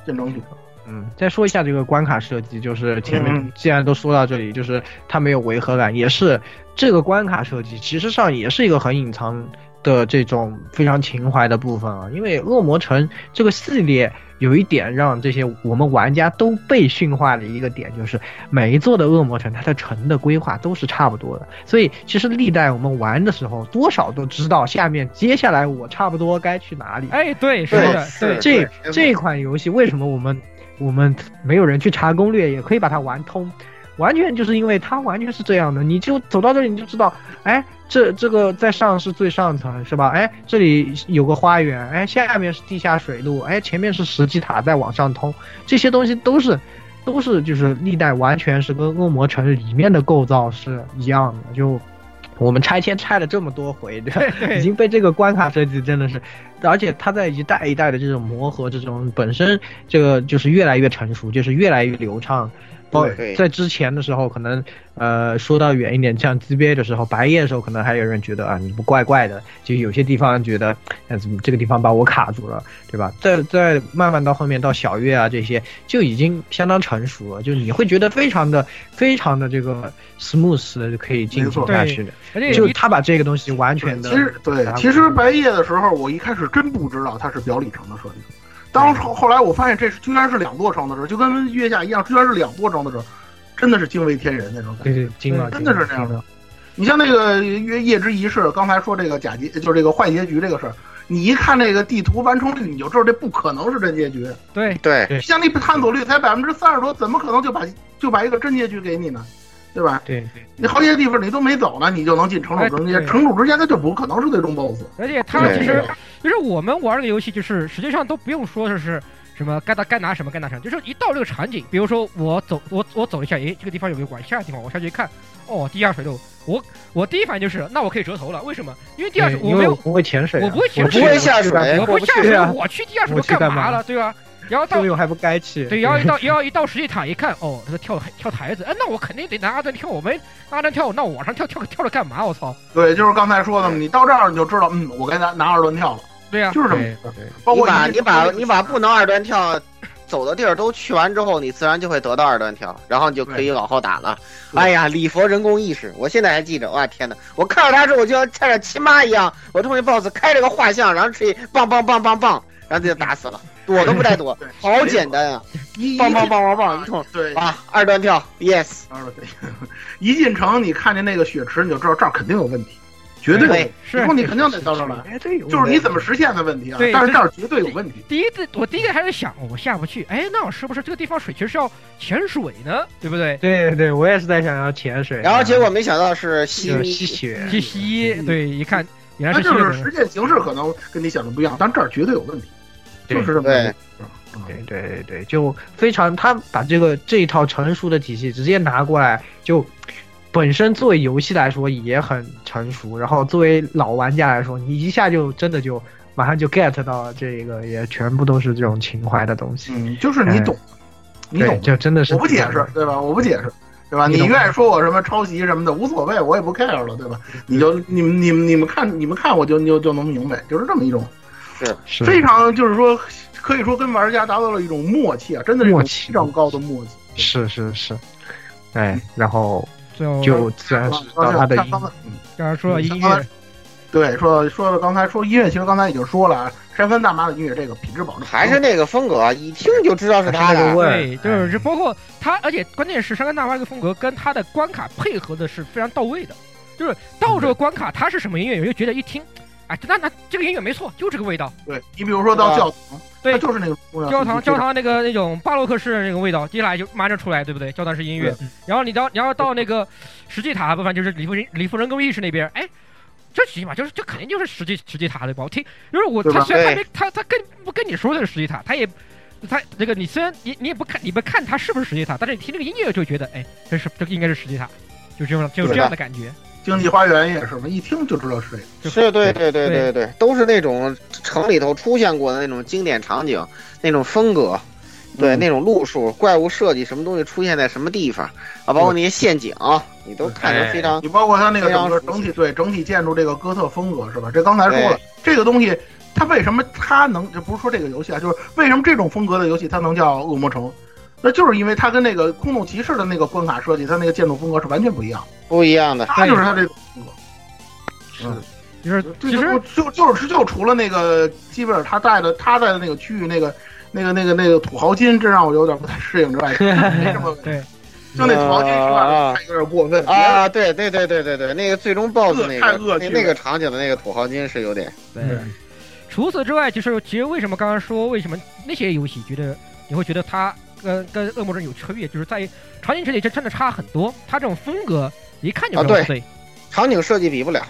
进城曲。
嗯，再说一下这个关卡设计，就是前面
嗯
既然都说到这里，就是它没有违和感，也是这个关卡设计其实上也是一个很隐藏的这种非常情怀的部分啊。因为恶魔城这个系列有一点让这些我们玩家都被驯化的一个点，就是每一座的恶魔城它的城的规划都是差不多的，所以其实历代我们玩的时候多少都知道下面接下来我差不多该去哪里。
哎，对，是
对
的，
是
对，
这
对
这款游戏为什么我们我们没有人去查攻略，也可以把它玩通？完全就是因为它完全是这样的，你就走到这里你就知道，哎，这这个在上是最上层是吧？哎，这里有个花园，哎，下面是地下水路，哎，前面是石基塔再往上通，这些东西都是都是就是历代完全是跟恶魔城里面的构造是一样的，就我们拆迁拆了这么多回，对吧？已经被这个关卡设计真的是，而且它在一代一代的这种磨合之中，本身这个就是越来越成熟，就是越来越流畅。包
对
在之前的时候，可能呃说到远一点，像 GBA 的时候，白夜的时候，可能还有人觉得啊你不怪怪的，就有些地方觉得，哎怎么这个地方把我卡住了，对吧？再再慢慢到后面到小月啊这些，就已经相当成熟了，就你会觉得非常的非常的这个 smooth 的就可以进行
没错
下去的。
而且
就
你
他把这个东西完
对
全的，嗯
其实对
打，鼓
其实白夜的时候，我一开始真不知道它是表里城的设定。当时
嗯
后来我发现这是居然是两座城的时候，就跟月下一样，居然是两座城的时候，真的是惊为天人那种感
对
觉，
对，惊了，
真的是这样的。你像那个月夜之仪式，刚才说这个假结，就是这个坏结局这个事儿，你一看这个地图完成率，你就知道这不可能是真结局。
对
对
对
像你探索率才百分之三十多，怎么可能就把就把一个真结局给你呢？对吧？
对对
你好些地方你都没走呢，你就能进城
哎
主之间，
对
城主之间它就不可能是最终 BOSS。
而且它
对
其实就是我们玩这个游戏，就是实际上都不用说就是什么该拿该拿什么该拿什么，就是一到这个场景，比如说我走我我走一下，诶，这个地方有个管线的地方，我下去一看，哦，地下水路，我我第一反应就是那我可以折头了，为什么？因为地下水
对，
我
因
没
为
有
我不会潜水啊，
我不会潜
水
我
我不会下水
对吧
哎
我
过
不
不
下
去
水
啊，
我去地下水
我
路
去干
嘛
嘛
了，对吧？然后到
队友还不该去，
对，然后一到然后一到实际塔一看，哦，这个跳跳台子，哎，那我肯定得拿阿登跳，我没拿阿登跳，那我往上跳跳跳了干嘛？我操！
对，就是刚才说的嘛，你到这儿你就知道，嗯，我该拿拿二段跳了，
对呀、
就是这么
对
回事。
对
包
你
括
把
一
你把你把不能二段跳走的地儿都去完之后，你自然就会得到二段条，然后你就可以往后打了。哎呀，礼佛人工意识，我现在还记着。哇，天哪！我看着他之后，我就像差点亲妈一样，我冲那 BOSS 开了个画像，然后直接棒棒棒棒棒，然后就打死了，躲都不带躲，好简单啊！棒棒棒棒棒，一通
对
啊，二段跳，yes，
二段一进城，你看见那个血池，你就知道这儿肯定有问题，绝对有问题。以后你肯定得到这儿来，就是你怎么实现的问题啊。
对
但是这儿绝对有问题。
第一次我第一个还是想我下不去，哎，那我是不是这个地方水其实是要潜水呢？对不对？
对对，我也是在想要潜水，啊
然后结果没想到是吸
就是吸血，
西西，对，一看原来
它
是
就
西
是
人
实践形式可能跟你想的不一样，但这儿绝对有问题，
对
就是这么
对
啊
对对对对，就非常，他把这个这一套成熟的体系直接拿过来，就本身作为游戏来说也很成熟，然后作为老玩家来说，你一下就真的就马上就 get 到这个，也全部都是这种情怀的东西。
嗯，就是你懂，你
对
懂，
就真的是
我不解释，对吧？我不解释，对吧？
你
你
懂
愿意说我什么抄袭什么的无所谓，我也不 care 了，对吧？你就你们你们你们看你们看我就你就就能明白，就是这么一种
是
非常就是说可以说跟玩家达到了一种默契啊，真的是一
默
种
契
非常高的默契。
是是是，哎，
嗯
然后
最后
就自然是到他的
哦啊刚
音
才刚才嗯
刚才说到音
刚才
乐，
对，说说了刚才说音乐，其实刚才已经说了，啊，山根大妈的音乐这个品质保证，
还是那个风格，啊一听就知道是他
还是那个
的。啊
味 <laughs>
对，
儿，
哎
就是就包括他，而且关键是山根大妈这个风格跟他的关卡配合的是非常到位的，就是到
嗯
这个关卡他是什么音乐，我就觉得一听，哎，那那这个音乐没错，就这个味道。
对你比如说到教堂，
啊对
它就是那个啊风格
教堂教堂那个那种巴洛克式那个味道，接下来就马上出来，对不对？教堂式音乐，然后你到然后到那个石祭塔，不反正就是李富人李富人工意识那边，哎。这起码就是，这肯定就是石祭石祭塔对吧？我听，就是我
对吧哎
他虽然他
对
没他他跟不跟你说这是石祭塔，他也他这个你虽然你你也不看你不看他是不是石祭塔，但是你听这个音乐就觉得，哎，这是这个应该是石祭塔，就这种就这样的感觉。
经济花园也是嘛，一听就知道是这个。
是对对对
对
对对，都是那种城里头出现过的那种经典场景，那种风格，
嗯
对、那种路数、怪物设计，什么东西出现在什么地方啊，包括那些陷阱，你都看着非常、
你包括它那个
非常
整个
熟悉
整体对整体建筑这个哥特风格是吧？这刚才说了，这个东西它为什么它能就不是说这个游戏啊，就是为什么这种风格的游戏它能叫恶魔城？那就是因为它跟那个空洞骑士的那个关卡设计，它那个建筑风格是完全不一样，
不一样的。
它就是它这种风格。
就是
这
其实
就就就是就除了那个基本上他带的他带的那个区域那个那个那个那个土豪金，这让我有点不太适应之外，没什么问题。
对，
就那土豪金是吧，太有点过分
啊，对对对对对对，那个最终 BOSS 那
太恶
个
趣
那
了
那个场景的那个土豪金是有点，
对，除此之外，就是其实为什么刚刚说为什么那些游戏觉得你会觉得它跟跟恶魔人有区别，就是在于场景设计这真的差很多，它这种风格一看就知道
啊对
不对，
场景设计比不了。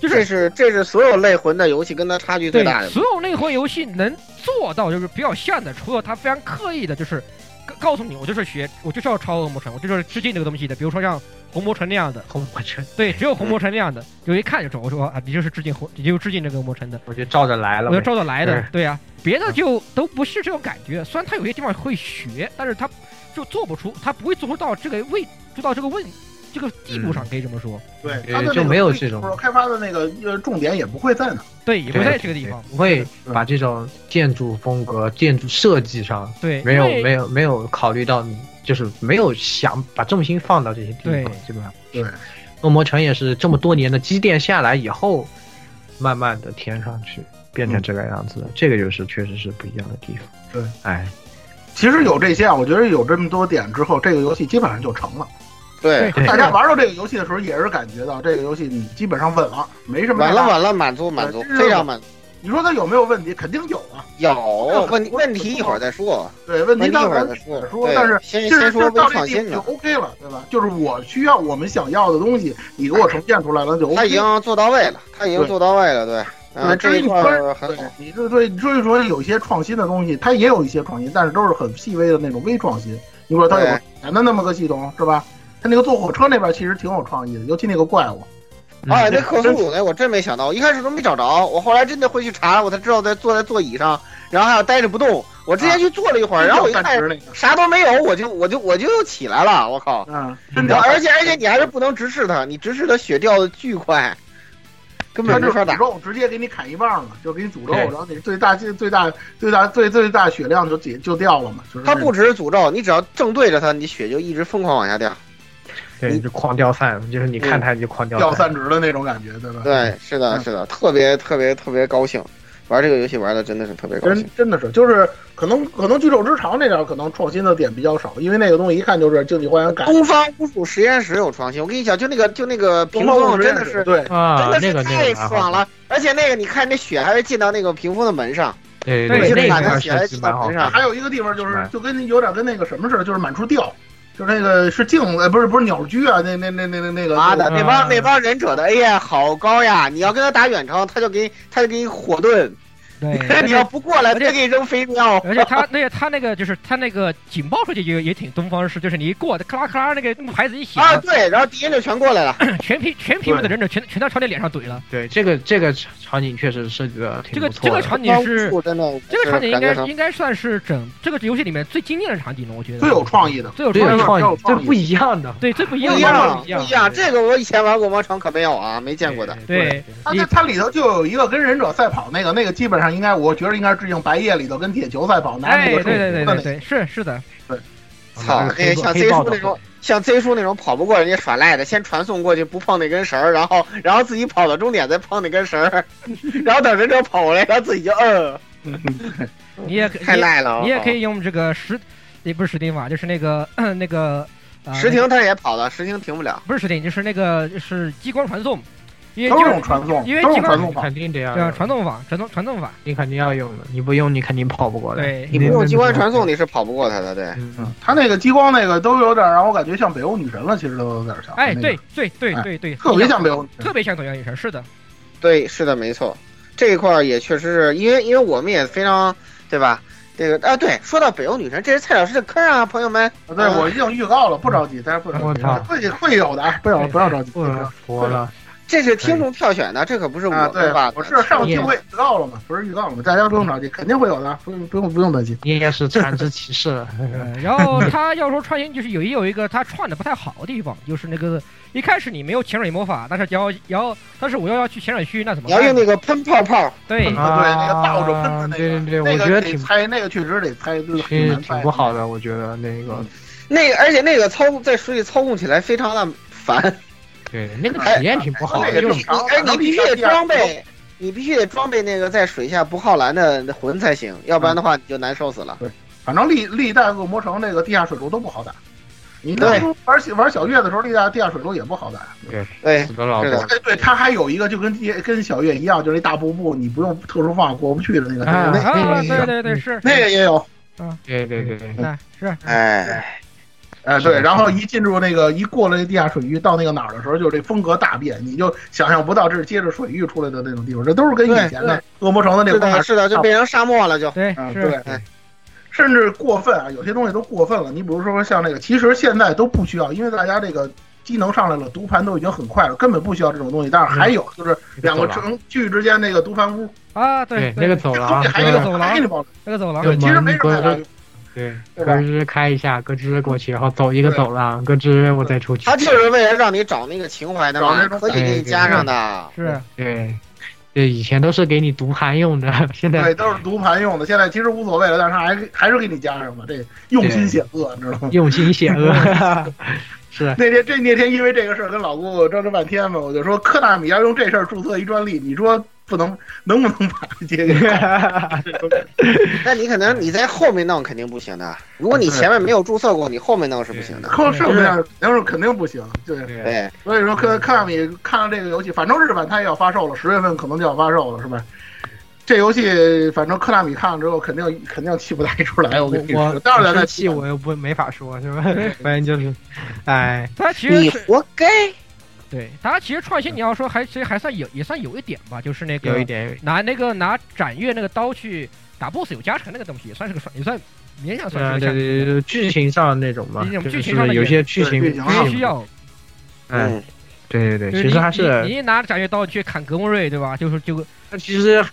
就
这
是
是这是所有类魂的游戏跟它差距最
对
大的。
所有内核游戏能做到就是比较像的，除了它非常刻意的，就是告告诉你我就是学我就是要抄恶魔城，我就是要致敬这个东西的，比如说像红魔城那样的，
红火车
对，只有红魔城那样的，就一看就知道，我说啊，你就是致敬红，你就是致敬这个恶魔城的。
我就照着来了
我就
呗，
照着来的
是，
对呀、别的就都不是这种感觉。虽然他有些地方会学，但是他就做不出，他不会做到这个位，做到这个问这个地步上，可以这么说。
对，
对
他的那个
呃就没有这种
就是开发的那个呃重点也不会在哪。
对，也不
对
在这个地方。嗯
不会把这种建筑风格、建筑设计上
对，
没有
因为
没有没有考虑到你，就是没有想把重心放到这些地
对
方，基本上。
对，
恶魔城也是这么多年的积淀下来以后，慢慢的填上去，变成这个样子的。这个就是确实是不一样的地方。
对，
哎，
其实有这些啊，我觉得有这么多点之后，这个游戏基本上就成了。
对，
对
大家玩到这个游戏的时候，也是感觉到这个游戏你基本上稳了，没什么
完
太
了
大。
完了，满足满足，
对
非常满足。
你说它有没有问题？肯定有啊。
有问问题一会儿再说，
对，问
问题一
题待
会
会儿
儿再说。
说，
对
但是
先
就是
先
就是
说微
到这
创
地
新
步就
的，
OK 了，对吧？就是我需要我们想要的东西，你给我呈现出来了就 OK。
他已经做到位了，他已经
对
做到位了，对。嗯，
对，
这
这
一
一
块儿很
分
好
对。，你就对，所以说有些创新的东西，它也有一些创新，但是都是很细微的那种微创新。你比如说它有
对
个简单那么个系统，是吧？它那个坐火车那边其实挺有创意的，尤其那个怪物，
哎，
嗯
那克苏鲁那我真没想到，我一开始都没找着，我后来真的会去查，我才知道在坐在座椅上，然后还要待着不动。我之前去坐了一会儿，然后我一
啊真叫
看
站直那个，
啥都没有，我就我就我就又起来了，我靠！
嗯，真
然
叫
后而且而且你还是不能直视它，你直视它血掉的巨快。根本
他
没
就是
法
诅
打。
咒，直接给你砍一半了，就给你诅咒，
对
然后你最大最大最大最最大血量就解就掉了嘛，就是
他不只是诅咒，你只要正对着他，你血就一直疯狂往下掉。
对，就狂掉散，就是你看他你就狂掉
掉
散。
散值的那种感觉，对吧？
对，是的，
嗯
是的，特别特别特别高兴，玩这个游戏玩的真的是特别高兴
真。真的是，就是可能可能巨兽之长这点儿可能创新的点比较少，因为那个东西一看就是竞技花园改。
东方巫术实验室有创新，我跟你讲，就那个就那个屏
东方
风
巫术
真的
实
是
验室对
啊，
真
那个
的是
那
太
个蛮好
爽了，而且那个你看那血还会进到那个屏风的门上，
对
对
对，
就
那
是
一
打那
块
血还
确
进
实
到
蛮好
门
看
上。
还有一个地方就是
明白
就跟有点跟那个什么似的，就是满处掉，就是那个是镜子，呃不是不是鸟居啊，那那那那那那个
妈的，
嗯
那帮那帮忍者的 AI 好高呀！你要跟他打远程，他就给你他就给你火盾；<laughs>
对
你要不过来，
而且
他给你扔飞镖。
而且他，而且他那个就是他那个警报设计也也挺东方式，就是你一过，咔啦咔啦那个牌子一响，
<laughs> 啊，对，然后敌人就全过来了。
<coughs> 全屏全屏幕的忍者全全都朝你脸上怼了。
对，这个这个场景确实设计的挺
这个
不
这
错
个
的。
<laughs>
场景是
我真的，
这个场景应
感觉
该
上
应该算是整这个游戏里面最惊艳的场景了，我觉得
最有创意的，
最有
只
创
有
意的，
创
有
意，
创
这
意
不一样的。
对最不一
不
样
一
的，
样，
不
不
一样，
一样。这个我以前玩过魔城可没有啊，没见过的。
啊对
它它它里头就有一个跟忍者赛跑那个，那个基本上应该我觉得应该是致敬白夜里头跟铁球赛跑拿那
哎，对
个
对
手
对
扶的
对
那个
对，是是的，
操，
嗯
那个像
黑
Z
豹
叔
的
那种，像 Z 叔那种跑不过人家耍赖的，先传送过去不碰那根绳儿，然后然后自己跑到终点再碰那根绳儿， <laughs> 然后等忍者跑过来，然后自己就嗯，
嗯
你也可
太
以，
赖了。
你也可
哦
以用这个实，也不是实钉法，就是那个那个呃
石停，他也跑了，石停停不了。
不是实钉，就是那个就是激光传送，因为
都
就是
用传送，
因为
都是
基
用
本
传
上
哦送
你
法。
肯定得要
对啊
用，
传送法，传送传送法，
你肯定要用的，你不用你肯定跑不过来。
对
你不用机关传送，你是跑不过他的。对，
嗯，嗯
嗯，它那个激光那个都有点让我感觉像北欧女神了，其实都有点像。
哎，
那个
对，对对
哎
对对，
特别像北欧女神
特。别像同样女神，是的，
对，是的，没错，这一块儿也确实是因为因为我们也非常对吧？这个啊，对，说到北欧女神，这是蔡老师的坑啊，朋友们。
啊对，我已经预告了，不着急，大家不着急
我操，
会会有的，啊不 <laughs> 要不要着急。
不能说了，
这是听众票选的，这可不是我
啊，对
们吧？，
我是上期会预告了嘛，不是预告了嘛，大家不用着急，肯定会有的，不用不用不用担心。
你也是缠之骑士了。
嗯
呃然后他要说创新，就是有一有一个他串的不太好的地方，就是那个一开始你没有潜水魔法，但是要要，但是我要要去潜水区，那怎么
你要
办？
用那个喷泡泡，
对
啊对那个倒着喷
啊
的那个
对对对，
那
我
个
觉得
得
挺
猜，那个确实得猜，很
挺
难
挺
猜
不。好的，我觉得那个
那个而且那个操控在水里操控起来非常的烦。
对那个体验挺不好
哎
的，
哎
用
哎然后
哎，你必须得
然后
装备，你必须得装备那个在水下不耗蓝的魂才行，要不然的话你就难受死了。
反正历历代恶魔城那个地下水路都不好打。你当
对
初玩小玩小月的时候，地下地下水路也不好打。
对
死，的老
是的
多。
<laughs> 哎，对，它还有一个就跟地跟小月一样，就是一大瀑布，你不用特殊放过不去的那个。
啊
哎那
啊，
那
对
个
对对，是
那个也有，
对对对对，
哎是
哎，
哎，
是
对，
的
然后一进入那个一过了那地下水域，到那个哪儿的时候，就这风格大变，你就想象不到这是接着水域出来的那种地方，这都是跟以前的恶魔城的那
是
个风格
的，是的，就变成沙漠了就。
对
啊，
是
对，甚至过分啊，有些东西都过分了。你比如说像那个，其实现在都不需要，因为大家这个机能上来了，读盘都已经很快了，根本不需要这种东西。但是还有就是两个城区域之间那个读盘屋，
啊，对
那个走
这个
廊
<laughs> 东西，还
对
有
走廊
还给你保留
那个走廊，
对，其实没什么太大用。
对，
对
咯
吧
吱开一下，咯吱过去，然后走一个走廊，咯吱我再出去
他。就是为了让你找那个情怀的嘛，可以给你加上的。
是
对，对，以前都是给你读盘用的， <laughs> 现在
对，都是读盘用的，现在其实无所谓了，但是还还是给你加上吧，这用心险恶，你知道吗？
用心险恶。是，
<laughs> 那天这那天因为这个事儿跟老顾争执半天嘛，我就说科纳米要用这事儿注册一专利，你说不能能不能把这接给搞？
那你可能你在后面弄肯定不行的，如果你前面没有注册过，你后面弄是不行的。
后是不是肯定是肯定不行，对。
对，
对，
所以说科科纳米看了这个游戏，反正日本它也要发售了，十月份可能就要发售了，是吧？这游戏反正科纳米看了之后，肯定肯定气不打一处来。我
我
跟你说，
我
当然
生
在
气，我又不没法说，是吧？ <laughs> 反正就是，哎，
他其实
你
是
活该。
对他其实创新，你要说还其实还算有也算有一点吧，就是那
有一
个
点，
拿那个拿斩月那个刀去打 BOSS 有加成那个东西，也算是个爽，也算勉强算
呃，对
是个
对啊对，剧情上那种嘛，
那种
就
剧情
是
上的
有
也
些剧
对
情
剧情
必
上
须要
哎，
嗯，
对对
就
对，其
是你
实还是
你你一拿着斩月刀去砍格莫瑞，对吧？就是就
它其实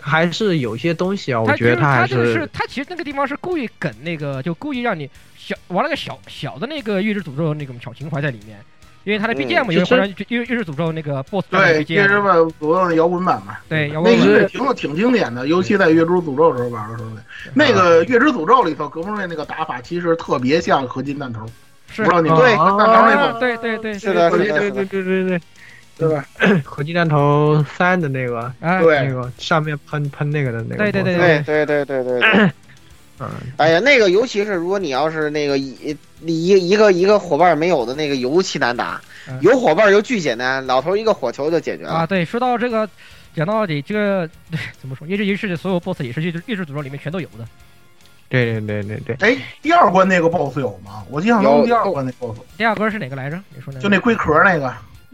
还是有些东西啊，我
他
觉得
他
还
这个
是
是他其实那个地方是故意梗那个，就故意让你小玩那个小小的那个预知诅咒那种小情怀在里面，因为它的 BGM
嗯
又是
其
换
实
成又又是诅咒那个 BOSS 战
对
的，
月之
BGM，
吧诅咒的摇滚版嘛，
对摇滚
那
版
个挺挺经典的，尤其在月之诅咒的时候玩的时候，那个
啊
月之诅咒里头，格姆瑞那个打法其实特别像合金弹头，
是
不知道你们
对
弹头那
啊
种，
对对对，
是的
对
是的
对对对对对，
对吧？
<coughs> 火鸡弹头三的那个，
哎
那个上面喷喷那个的那个，
对对对
对对对对对对。
嗯，
哎呀，那个尤其是如果你要是那个一一一个一个伙伴没有的那个尤其难打，有伙伴就巨简单，老头一个火球就解决
嗯啊，
了。
对，说到这个，讲到底这个 <laughs> 怎么说，月之仪式的所有 BOSS 也是月之月之诅咒里面全都有的。
对对对对
对。哎，第二关那个 BOSS 有吗？我印象中第二关那 BOSS
第二关是哪个来着？你说那个
就那龟壳那个，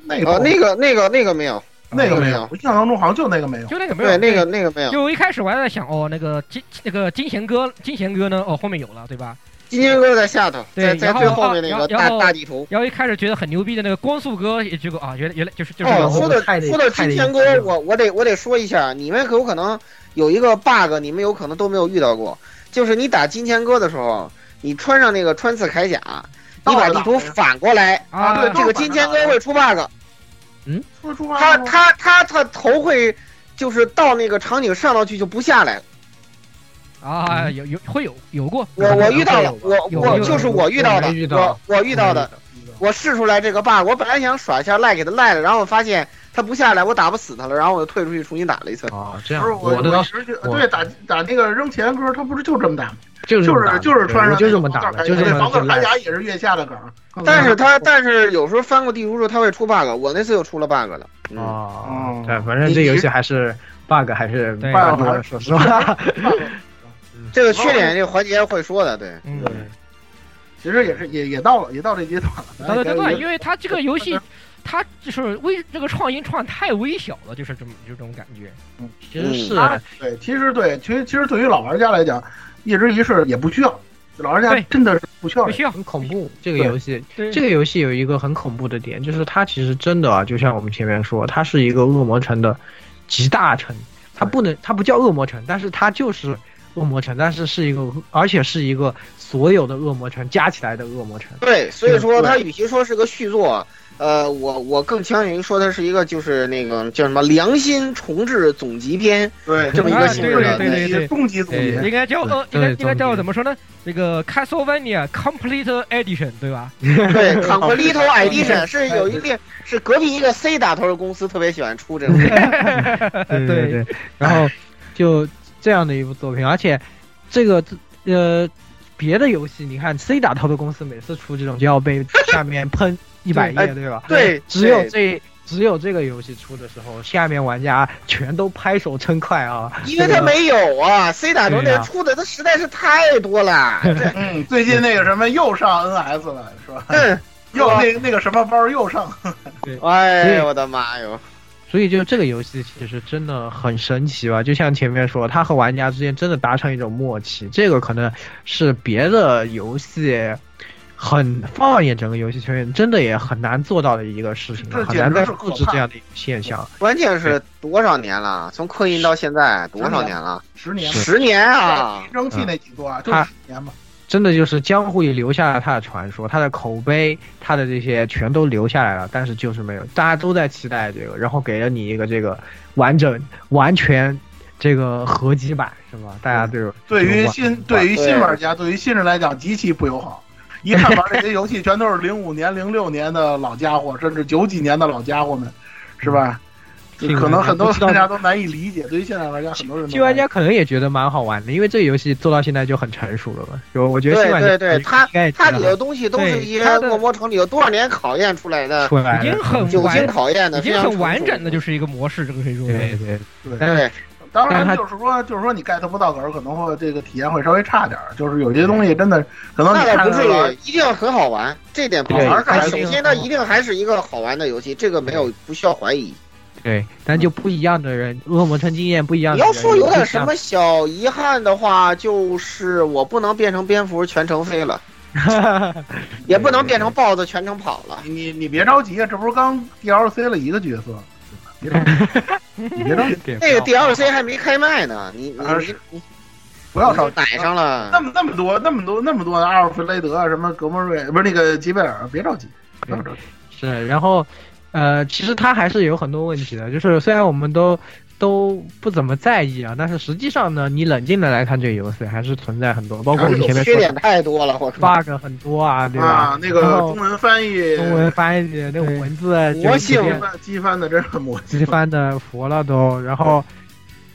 那个
哦，那
BOSS
个那个那个没有，
那个没
没
有，我印象当中好像就那个没有，
就那个没有
对，那个那个没有。
就我一开始我还在想，哦，那个金那个金贤哥，金贤哥呢？哦，后面有了，对吧？
今天哥在下头，在
对，
在
然后
最后面那
然
个
然
大
后
大地图。
然后一开始觉得很牛逼的那个光速哥，也结果啊，原来原来就是就是那
哦，
个
说
的
到
太厉
说到
太
金
厉
钱
害
哥，我我得我得说一下，啊你们有可能有一个 bug，你们有可能都没有遇到过，就是你打金钱哥的时候，你穿上那个穿刺铠甲，你把地图反过来，
啊，
对
这个金钱哥会出 bug，
说出
他
来了吗
他他他头会就是到那个场景上到去就不下来了。
啊，有有会有有过，
我我遇到了，我
有
我
有
就是
有
我遇到
我
的
没遇，到嗯
我我遇到的，我试出来这个 bug，我本来想耍一下赖给他赖了，然后我发现他不下来，我打不死他了，然后我就退出去重新打了一次。
哦，这
不
样
是我
的
我
当
其
时
实就
我
对打打那个扔钱哥，他不是就这么打吗？
就是这
就
么打
是
的
就是穿上
对我就这么打的，就这么
防弹铠
来
甲也是月下的梗，
但是他但是有时候翻过地图之后他会出 bug，我那次又出了 bug 了。嗯，
哦
嗯，
对，反正这游戏还是 bug 还是
对
蛮多的，说实话。
这个缺点这个环节会说的，对。
<laughs>
嗯，
其实也是也也到了也到这阶段了。
哎
到了这段，因
为
为它这个游戏，它就是微这个创新创太微小了，就是这么就这种感觉。
其实是啊
对，其实对，其实其实对于老玩家来讲，一直一世也不需要，老玩家
对
真的是不需要
不。需要
很恐怖，这个游戏，
对
这个游戏有一个很恐怖的点，就是它其实真的啊，就像我们前面说，它是一个恶魔城的集大成，它不能，它不叫恶魔城，但是它就是恶魔城，但是是一个，而且是一个所有的恶魔城加起来的恶魔城。
对，所以
对
说它与其说是个续作，呃，我我更倾向于说它是一个就是那个叫什么良心重置总集篇，
对，
这么一个
啊
性
对
质的。
对对对
终极总
应
结，
该叫呃，应
对
该
对
应该叫
总结
怎么说呢？这个 Castlevania Complete Edition 对哦吧？ <laughs>
对 c o m p l e t e Edition 是有一列是隔壁一个 C 打头的公司特别喜欢出这种。
<laughs>
呃对对， <laughs> 然后就这样的一部作品，而且这个呃别的游戏，你看 C 打头的公司每次出这种就要 <laughs> 被下面喷一百
哎
页，对吧？
对
只有
对
这只有这个游戏出的时候，下面玩家全都拍手称快啊！
因为它没有啊，C 打头
对
那
呀
出的它实在是太多
<laughs>
了。这
嗯，最近那个什么又上 NS 了，是吧？
嗯，
又那那个什么包又上，
哎
对
呦我的妈哟！
所以就这个游戏其实真的很神奇吧，就像前面说，它和玩家之间真的达成一种默契，这个可能是别的游戏很放眼整个游戏圈，真的也很难做到的一个事情
这
了，很
简
难
直
再
是可
复制
怕
这样的一个现象。
关键是多少年了？从刻印到现在多少年了？
十年
十年啊！
蒸汽那几座啊，就
他
十年嘛。
真的就是江湖也留下了他的传说，他的口碑，他的这些全都留下来了，但是就是没有，大家都在期待这个，然后给了你一个这个完整、完全这个合集版，是吧？大家都有
对于
有玩
新对于新玩家，对于新人来讲极其不友好。一看玩这些游戏，全都是零五年、零六年的老家伙，甚至九几年的老家伙们，是吧？
这个
可能很多
不知道
玩家都难以理解，对于现在玩家，很多人都
新玩家可能也觉得蛮好玩的，因为这个游戏做到现在就很成熟了嘛。就我觉得
对
新玩家
对对，它
应
<laughs>
该也
它
觉
里
得
头东西都是
对
一些
它的
恶魔城里有多少年考验出来的
出来
已经
了
很
久经
完，
考验的，
已
非
经
常。
很完整的就是是一个模式，这个可以说
对对
对，
但是
对，
当
但
然
他
就是说，就是说你 get 不到梗，可能会这个体验会稍微差点儿。就是有些东西真的可能你
那倒
看
不至
着玩
于，一定很好玩，这点不好玩
对
但
它
首
一定很
先，它
好
一定还是一个好玩的游戏，这个没有不需要怀疑。
对，但就不一样的人，恶魔城经验不一样
你
的人。
要说有点什么小遗憾的话，就是我不能变成蝙蝠全程
<laughs>
飞了，也不能变成豹子全程跑了。
你你你别着急啊，这不是刚 DLC 了一个角色，对吧别着急，你别着急，
点
那个 DLC 还没开卖呢，你你
啊
你
是不要着急。
逮上
<laughs> 那
了。
么那么啊多那么多那么多的阿尔弗雷德什么格莫瑞不是那个吉贝尔，别着急，不要着急。
是，然后，呃，其实它还是有很多问题的，就是虽然我们都都不怎么在意啊，但是实际上呢，你冷静的来看这个游戏，还是存在很多，包括我们前面
缺
说
点
的
太多了，我靠！
bug 很多啊，对吧？
啊，那个
然后
中文翻译，
中文翻译那个文字啊
魔性
直接
机翻的真是魔
直接翻的佛了都，然后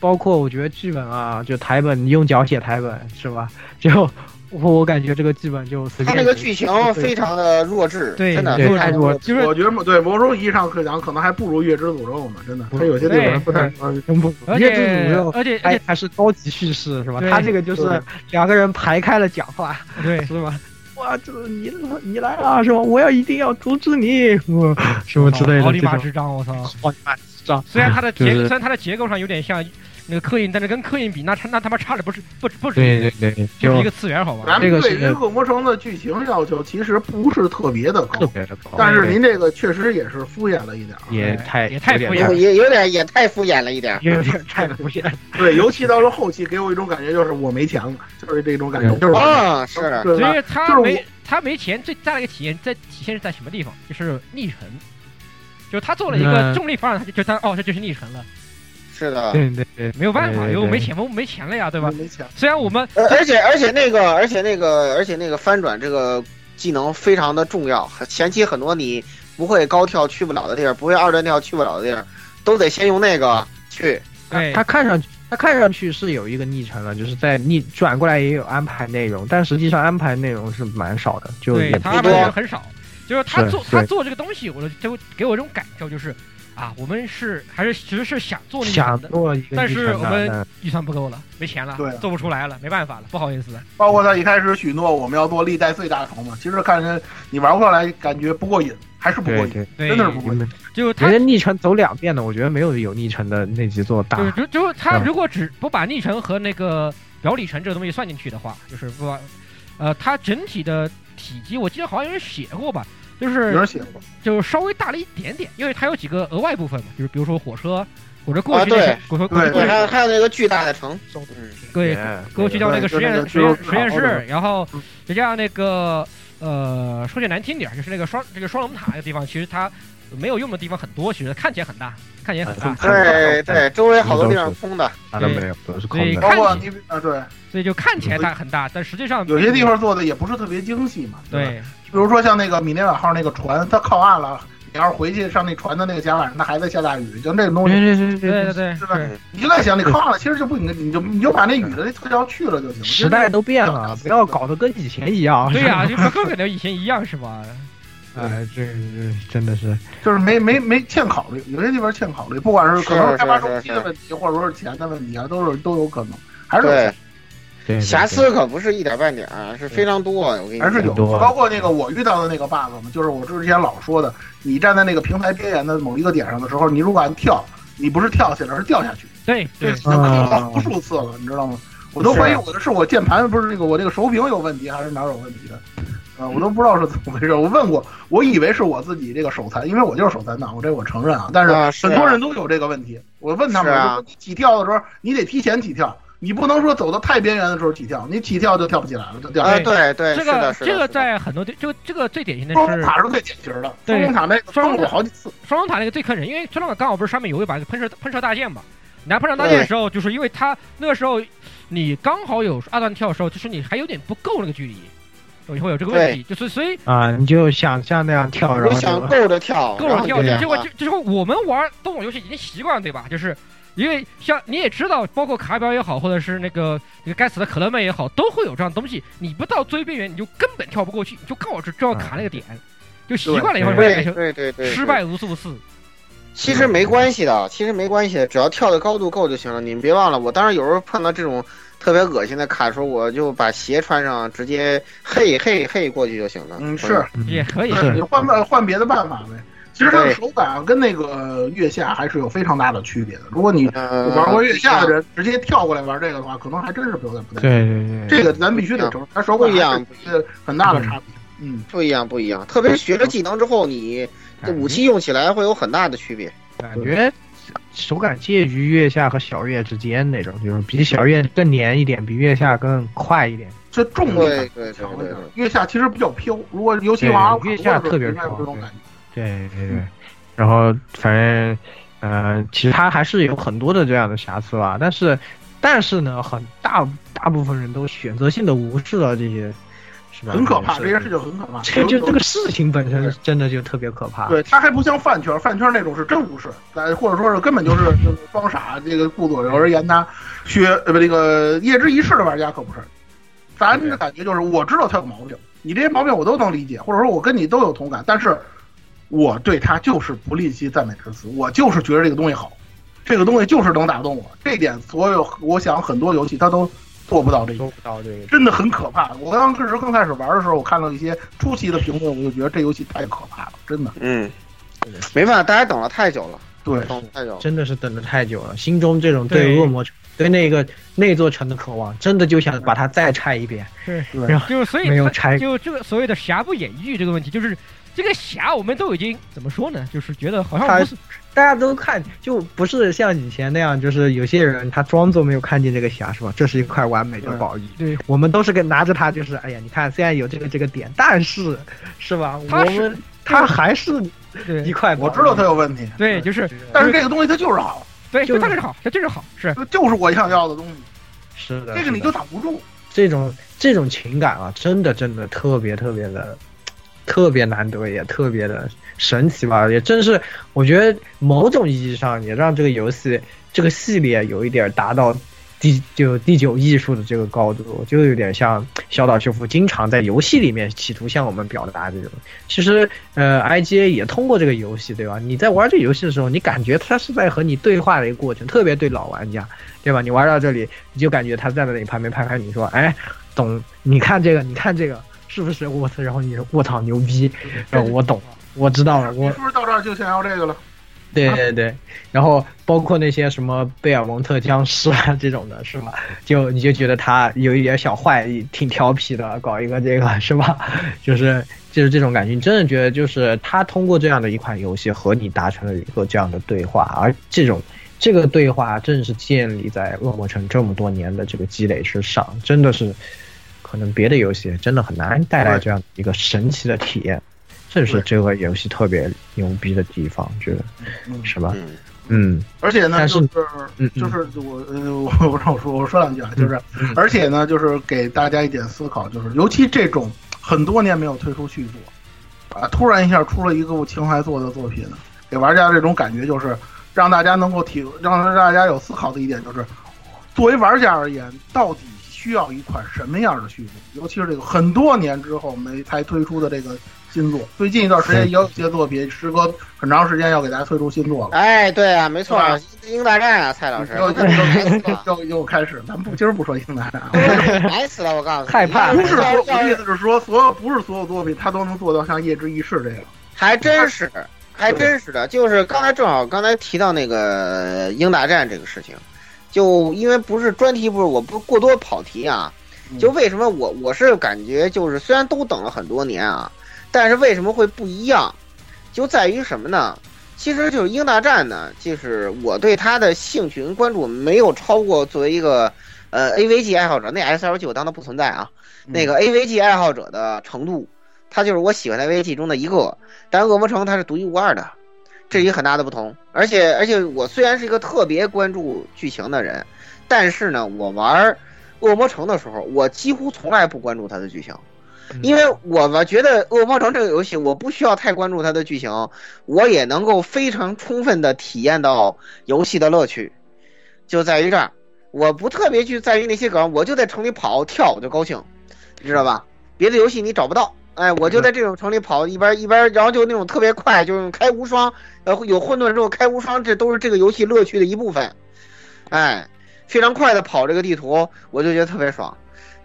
包括我觉得剧本啊，就台本用脚写台本是吧？ <laughs> 就我我感觉这个剧本就随
他
便
那个
写
剧情非常的弱智，
对
真的
对
非常
弱
弱智。
就是
我觉得对某种意义上可讲，可能还不如《月之诅咒》呢，真的。
不
它有些地方不太呃
真不，
而
月
且
之诅咒
而且而
还
且
还是高级叙事是吧？
对
他这个就是两个人排开了讲话 <laughs>
对
是吧？哇，这你你来了是吧？我要一定要阻止你， <laughs> 我什么之类
哦奥
的
利
这
马
种。
之章，我操！
我他妈智障！
虽然它的结
<laughs> 就是
虽然它的结构上有点像那个刻印，但是跟刻印比，那差那他妈差的不是不不止
对对对，
就是一
就
个次元好吧？
咱
这
们
个
对
是
于恶魔城的剧情要求其实不是特别的
特
高，
别的高，
但是
对
您这个确实也是敷衍了一点儿。
也
哎
太
也太
有点
敷衍
太
了
也有点也太敷衍了一点儿。
有点太敷衍了。
对，尤其到了后期，给我一种感觉就是我没钱了，就是这种感觉，
嗯
就是
啊，是的
对
所
吧？
以
就
他
是
没
我
他没钱，最大的一个体验在体现是在什么地方？就是逆沉，就是他做了一
嗯
个重力方案，他就就他哦，这就是逆沉了，
是的。
对对对，
没有办法，
对对
因为我没
对
钱，我没钱了呀，对吧？
没钱，
虽然我们
而而且而且那个而且那个而且那个翻转这个技能非常的重要，前期很多你不会高跳去不了的地儿，不会二段跳去不了的地儿，都得先用那个去。
对
他看上去，他看上去是有一个昵称了，就是在逆转过来也有安排内容，但实际上安排内容是蛮少的，就
对
也
他
不
们
多
人很少，就是他
是
做他
对
做这个东西，我的就给我一种感受就是啊，我们是还是其实是想做逆
想
沉的，
做一个
但
昵
是
称的
我
嗯
们
但
预算不够了，没钱了
对啊，
做不出来了，没办法了，不好意思。
包括他一开始许诺我们要做历代最大虫嘛，其实看着你玩过来感觉不过瘾，还是不过
对
瘾，
对，
对
真，的是不过瘾。
就他
人家昵称走两遍的，我觉得没有有昵称的那集做大
就是。就就是他
是吧
如果只不把逆程和那个表里程这个东西算进去的话，就是不把，呃，它整体的体积我记得好像有人写过吧，就
有
是
人写过，
就是稍微大了一点点，因为它有几个额外部分嘛，就是比如说火车，火车过
啊
去那
对
些，火车过去
对
对，
过去
还有还有那个巨大的城，嗯，
对，
Yeah，
过去叫那个实
对
验
对
实
对
验
就是
实验
好的
室，然后再加上那个呃，说句难听点儿，就是那个双这个双龙塔这个地方，其实它没有用的地方很多，其实看起来很大，看起来很大，
哎
对对，周围好多地方空的，
大的没有，都是空
对
的。
包
看
括
起
你啊，对，
所以就看起来大很大，但实际上
有些地方做的也不是特别精细嘛，吧。
对。
比如说像那个米涅瓦号那个船，它靠岸了，你要是回去上那船的那个甲板上，它还在下大雨，就这种东
对对对对
西，
对对
对，
对，
是吧
是
你就在想你靠岸了，其实就不应该，你就你就把那雨的那特效去了就行。
时代都变了，不要搞得跟以前一样。
对呀、就不跟跟以前一样是吧？
哎，这这真的是
就是没没没欠考虑，有些地方欠考虑，不管是可能开发周期的问题，或者说是钱的问题啊，都是都有可能，还是有
对，
对
瑕疵可不是一点半点儿，啊是非常多。我跟你
还是
讲，
有，
很多
包括那个我遇到的那个 bug 嘛，就是我之前老说的，你站在那个平台边缘的某一个点上的时候，你如果按跳，你不是跳起来，而是掉下去，
对
这
对
已经
啊
克
啊
了无数次了，你知道吗？我都怀疑我的是我键盘不是那个我这个手柄有问题，还是哪儿有问题的？啊，我都不知道是怎么回事。我问过，我以为是我自己这个手残，因为我就是手残党，我这我承认啊。但
啊是啊
很多人都有这个问题。我问他们，
是
我
啊
说你起跳的时候，你得提前起跳，你不能说走到太边缘的时候起跳，你起跳就跳不起来了，就掉下
哎
啊，
去。
对对，
这
是的，
个
是的，
这个
是的
在很多地，这个这个最典型的
双龙
是
塔是最典型的，
对
双龙塔那个
双龙塔
撞过好几次。
双龙塔那个最坑人，因为双龙塔刚好不是上面有一把喷射喷射大箭嘛。你拿喷射大箭的时候，就是因为它那个时候你刚好有二段跳的时候，就是你还有点不够那个距离，你会有这个问题，就是所以
啊！你就想像那样跳，啊然
我
后
想
就
够着跳，
各
然
种
后就啊
跳
这
跃，
样
结果就就是我们玩动作游戏已经习惯了，对吧？就是因为像你也知道，包括卡表也好，或者是那个那个该死的可乐妹也好，都会有这样的东西。你不到最边缘，你就根本跳不过去，你就刚好就就要卡那个点，就习惯了以后，
对
就
对对对，
失败无数次。
其实没关系的，其实没关系的，只要跳的高度够就行了。你们别忘了，我当时有时候碰到这种特别恶心的卡的时候，我就把鞋穿上，直接嘿嘿嘿过去就行了。
嗯，是，
也可以，
你换办换别的办法呗。其实它的
对
手感啊跟那个月下还是有非常大的区别的。如果你
呃，
玩过月下的人直接跳过来玩这个的话，可能还真是有点不太一
对
样。
对对，
这个咱必须得承认，它手感还是有很大的差别。嗯，
不一样，不一样。特别是学了技能之后，你这武器用起来会有很大的区别。
感觉手感介于月下和小月之间那种，就是比小月更黏一点，比月下更快一点。
嗯这重力
对对对对
强一
对
点。月下其实比较飘，如果尤其玩
对月下特别
有这种
飘
感觉。
对对
嗯
对，然后反正呃，其实它还是有很多的这样的瑕疵吧，但是但是呢，很大大部分人都选择性的无视了这些，是吧？
很可怕，这件事情很可怕。
这就这个事情本身真的就特别可怕。
对，它还不像饭圈，饭圈那种是真无视，呃，或者说是根本就是就是装傻。这个顾左右而言他，学呃不这个夜之一世的玩家可不是，咱的感觉就是我知道他有毛病，你这些毛病我都能理解，或者说我跟你都有同感，但是我对他就是不吝惜赞美之词，我就是觉得这个东西好，这个东西就是能打动我，这一点所有我想很多游戏它都做不到这一点。
到这个
真的很可怕。我刚开始刚开始玩的时候，我看到一些初期的评论，我就觉得这游戏太可怕了，真的。
嗯，没办法，大家等了太久了，
对，
等了太久了。
真的是等了太久了，心中这种对
对
恶魔城、对那个那座城的渴望，真的就想把它再拆一遍。
对，
对
啊
然后
就是所以
没有
它
拆
就这个所谓的瑕不掩瑜这个问题，就是这个瑕我们都已经怎么说呢？就是觉得好像
它
不是
大家都看，就不是像以前那样，就是有些人他装作没有看见这个匣，是吧？这是一块完美的宝玉。
嗯
对，
我们都是跟拿着它，就是哎呀，你看，虽然有这个这个点，但是，是吧？
它
我
是
们它还是一
对
块宝
我
玉。
知道它有问题，
对，就是
但是这个东西它就是好，
对，
就
就是它就是好，它就是好，
啊
是
它就是我想要的东西，
是的，
这个你
是的
就挡不住。
这种这种情感啊，真的真的特别特别的，特别难得，也特别的神奇吧。也正是我觉得某种意义上也让这个游戏这个系列有一点达到第就第九艺术的这个高度，就有点像小岛秀夫经常在游戏里面企图向我们表达这种。其实呃，IGA 也通过这个游戏，对吧？你在玩这个游戏的时候，你感觉它是在和你对话的一个过程，特别对老玩家，对吧？你玩到这里，你就感觉他站在你旁边拍拍你说：“哎，懂，你看这个，你看这个，是不是？”我操，然后你说：“我操，牛逼！”然后我懂，我知道了，
你
哦我
是不是到这儿就想要这个了？
对对对。然后包括那些什么贝尔蒙特僵尸啊这种的，是吧？就你就觉得他有一点小坏，挺调皮的，搞一个这个是吧？ <laughs> 就是就是这种感觉，你真的觉得就是他通过这样的一款游戏和你达成了一个这样的对话，而这种这个对话正是建立在恶魔城这么多年的这个积累之上，真的是可能别的游戏真的很难带来这样一个神奇的体验，这是这个游戏特别牛逼的地方，觉得
嗯
是吧？
嗯，
嗯，
而且呢，
但
就是是
嗯嗯
就是我呃，我我让我说我说两句啊，就是
嗯
而且呢，就是给大家一点思考，就是尤其这种很多年没有推出续作，啊，突然一下出了一个情怀做的作品，给玩家这种感觉就是让大家能够体让让大家有思考的一点就是，作为玩家而言，到底需要一款什么样的续作？尤其是这个很多年之后没才推出的这个新作，最近一段时间也有一些作品时隔很长时间要给大家推出新作了。
哎，对啊，没错啊
是，
英大战啊，蔡老师，
又
难死
又
了，
又又开始，咱不今儿不说英男
<laughs>
啊，
难死了，我告诉你，
害怕
不
不是
是说，我
要
的意
是
思是说，所有不是所有作品他都能做到像《夜之意识》这样。
还真是，还真是的，就是刚才正好刚才提到那个英大战这个事情，就因为不是专题，不是我不过多跑题啊，就为什么我我是感觉就是虽然都等了很多年啊，但是为什么会不一样，就在于什么呢？其实就是英大战呢，就是我对他的兴趣跟关注没有超过作为一个呃 AVG 爱好者，那 SLG 我当它不存在啊，那个 AVG 爱好者的程度，它就是我喜欢的 AVG 中的一个，但恶魔城它是独一无二的，这是一个很大的不同。而且而且我虽然是一个特别关注剧情的人，但是呢，我玩恶魔城的时候，我几乎从来不关注它的剧情。因为我吧觉得《恶魔城》这个游戏，我不需要太关注它的剧情，我也能够非常充分的体验到游戏的乐趣，就在于这儿，我不特别去在于那些梗，我就在城里跑跳，我就高兴，你知道吧？别的游戏你找不到，哎，我就在这种城里跑，一边一边，然后就那种特别快，就是开无双，呃，有混沌之后开无双，这都是这个游戏乐趣的一部分，哎，非常快的跑这个地图，我就觉得特别爽。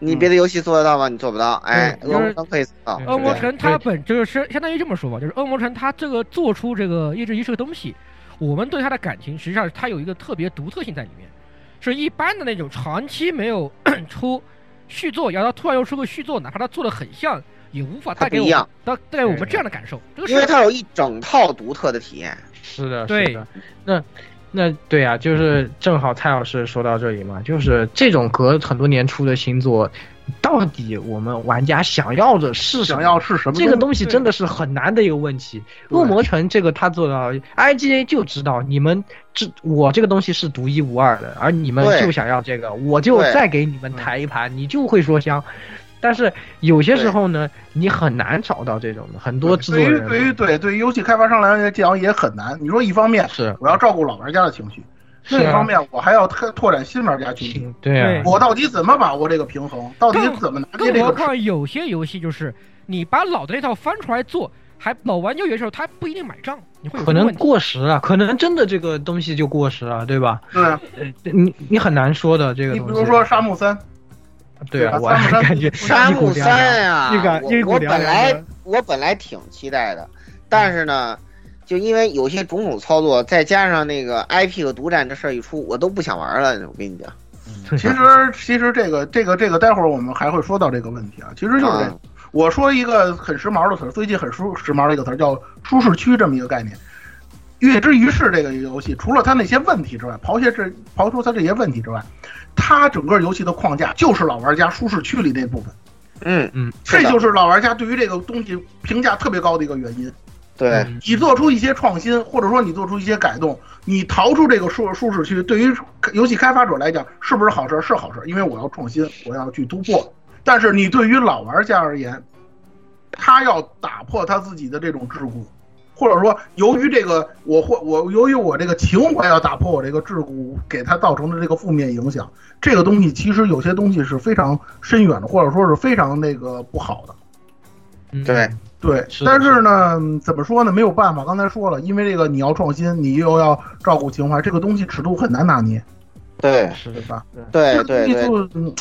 你别的游戏做得到吗？你做不到，哎，
对
恶魔城可以做到。
恶魔
对
城它本就是相当于这么说吧，就是恶魔城它这个做出这个夜之仪式的东西，我们对它的感情实际上它有一个特别独特性在里面，是一般的那种长期没有 <coughs> 出续作，然后它突然又出个续作，哪怕它做的很像，也无法带
它不
给我
一
们
样
带带给我们这样的感受。这个
因为
是
它有一整套独特的体验。
是的，
对
是的。那那对嗯啊，就是正好蔡老师说到这里嘛，就是这种隔很多年出的新作，到底我们玩家想要的是什么？
想要是什么
这个
东
东西真的是很难的一个问题。恶魔城这个他做到了，IGA 就知道你们这我这个东西是独一无二的，而你们
对
就想要这个，我就
对
再给你
嗯
们抬一盘，你就会说香。但是有些时候呢，你很难找到这种的，很多制作
对于
人啊
对于对对于游戏开发商来讲也很难。你说一方面
是
我要照顾老玩家的情绪，
是
另一方
啊，
面我还要拓拓展新玩家群体。
对啊
对，
我到底怎么把握这个平衡？到底怎么拿捏
更
这
何
个尺？
况有些游戏就是你把老的那套翻出来做，还老玩家有些时候他不一定买账，你会有
可
这个
能
问题。
过时了，可能真的这个东西就过时了，对吧？
对，
你你很难说的这个
你
东
比
西。
如说《沙漠三》，
对啊，
对
我
吧山姆山姆
感觉
沙
一股
漠
凉凉
三啊，
一个一
我
股
我
凉
本
凉
来
的
我本来挺期待的，但是呢，就因为有些种种操作，再加上那个 IP 和独占这事儿一出，我都不想玩了。我跟你讲，
其实其实这个这个这个，待会儿我们还会说到这个问题啊。其实就是这
啊
个，我说一个很时髦的词儿，最近很舒时髦的一个词儿叫“舒适区”这么一个概念。《月之于世》这个游戏，除了它那些问题之外，刨些这刨出它这些问题之外，它整个游戏的框架就是老玩家舒适区里那部分，
嗯，是
这
的
就是老玩家对于这个东西评价特别高的一个原因。
对，
嗯
你做出一些创新，或者说你做出一些改动，你逃出这个舒舒适区，对于游戏开发者来讲，是不是好事？是好事，因为我要创新，我要去突破。但是你对于老玩家而言，他要打破他自己的这种桎梏，或者说由于这个我或我由于我这个情怀要打破我这个桎梏给他造成的这个负面影响，这个东西其实有些东西是非常深远的，或者说是非常那个不好的。
嗯
对
对，
是的
但
是
是呢，嗯怎么说呢？没有办法，刚才说了，因为这个你要创新，你又要照顾情怀，这个东西尺度很难拿捏，
对
是
对吧？
对对
这
对
个，东西就嗯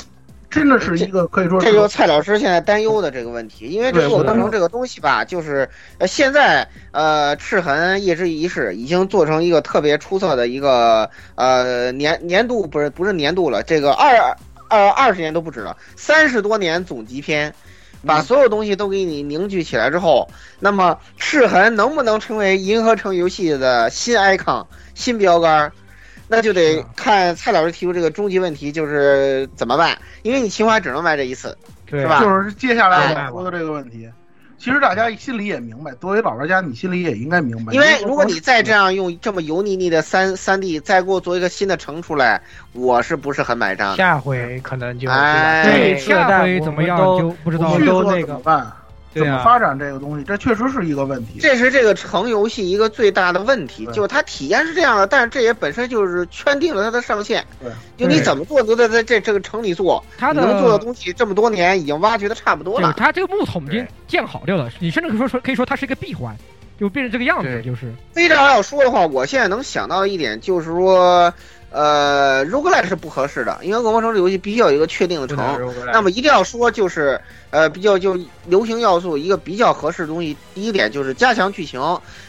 真的是一个可以说
这
是
就是蔡老师现在担忧的这个问题，因为这
对
个
我
工程这个东西吧，就是呃现在呃赤痕夜之仪式已经做成一个特别出色的一个呃年年度不是不是年度了，这个二二二十年都不止了，三十多年总集篇。把
嗯
所有东西都给你凝聚起来之后，那么赤痕能不能成为银河城游戏的新 icon、新标杆儿，那就
啊
得看蔡老师提出这个终极问题，就是怎么办？因为你情怀只能卖这一次，
对
是吧
啊就是接下来我
哎
们说的这个问题。其实大家心里也明白，作为老玩家，你心里也应该明白。
因为如果你再这样用这么油腻腻的三三 D 再给我做一个新的城出来，我是不是很买账？
下回可能就
哎
对，
这次
下
但
回
我
怎么
们
样
都
就不知道
我
去
们
了。
做
都那个
怎么办？
对
怎么
啊
发展这个东西？这确实是一个问题。
这是这个城游戏一个最大的问题，
对
就是它体验是这样的，但是这也本身就是圈定了它的上限
对。
就你怎么做都在在这这个城里做，
他
你
的
能做的东西这么多年已经挖掘的差不多
就是
了。
他这个木桶已经
对
建好掉了，你甚至可以说说可以说它是一个闭环，就变成这个样子，
对
就是
非常要说的话，我现在能想到的一点就是说，呃，roguelike 是不合适的，因为恶魔城这游戏必须要有一个确定的
不
城。
能揉过来
那么一定要说就是，呃，比较就流行要素一个比较合适的东西，第一点就是加强剧情，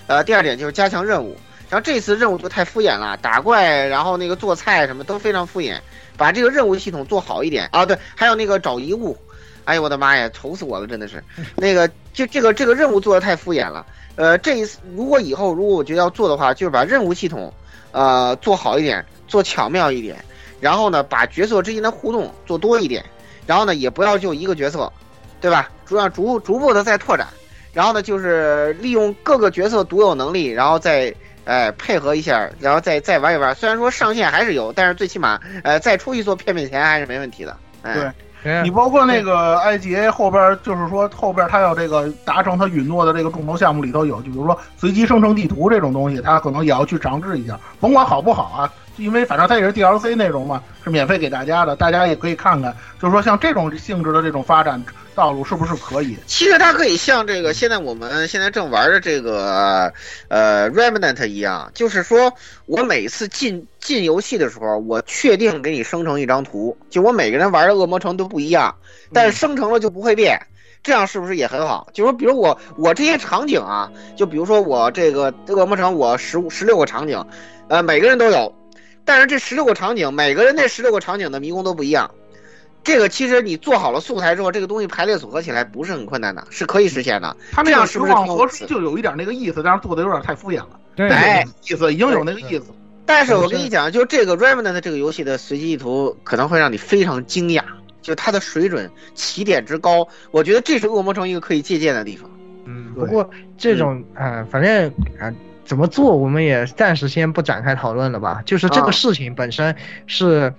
呃，第二点就是加强任务。然后这次任务就太敷衍了，打怪，然后那个做菜什么都非常敷衍，把这个任务系统做好一点啊。对，还有那个找遗物，哎呦我的妈呀，愁死我了，真的是。那个就这个这个任务做的太敷衍了。呃，这一次如果以后如果我觉得要做的话，就是把任务系统，呃，做好一点，做巧妙一点，然后呢，把角色之间的互动做多一点，然后呢，也不要就一个角色，对吧？逐让逐逐步的再拓展，然后呢，就是利用各个角色独有能力，然后再哎、配合一下，然后再再玩一玩。虽然说上限还是有，但是最起码呃再出去做骗骗钱还是没问题的。哎、
对
对啊
你包括那个 IGA 后边儿，就是说后边儿他要这个达成他允诺的这个众筹项目里头有，就比如说随机生成地图这种东西，他可能也要去尝试一下，甭管好不好啊，因为反正它也是 DLC 内容嘛，是免费给大家的，大家也可以看看，就是说像这种性质的这种发展道路是不是可以？
其实它可以像这个现在我们现在正玩的这个呃 Remnant 一样，就是说我每次进进游戏的时候，我确定给你生成一张图，就我每个人玩的恶魔城都不一样，但是生成了就不会变。这样是不是也很好？就说，比如我我这些场景啊，就比如说我这个这个恶魔城，我十五十六个场景，呃，每个人都有，但是这十六个场景，每个人那十六个场景的迷宫都不一样。这个其实你做好了素材之后，这个东西排列组合起来不是很困难的，是可以实现的。
他那
这
个
样是
实
不是
况
挺有
核
意思
心就有一点那个意思，但是做的有点太敷衍了，
对
哎
意思已经有那个意思了。
但是我跟你讲，就这个 Remnant 这个游戏的随机地图可能会让你非常惊讶，就是它的水准起点之高，我觉得这是恶魔城一个可以借鉴的地方。
嗯，不过这种
嗯
啊、反正啊、怎么做我们也暂时先不展开讨论了吧。就是这
啊
个事情本身是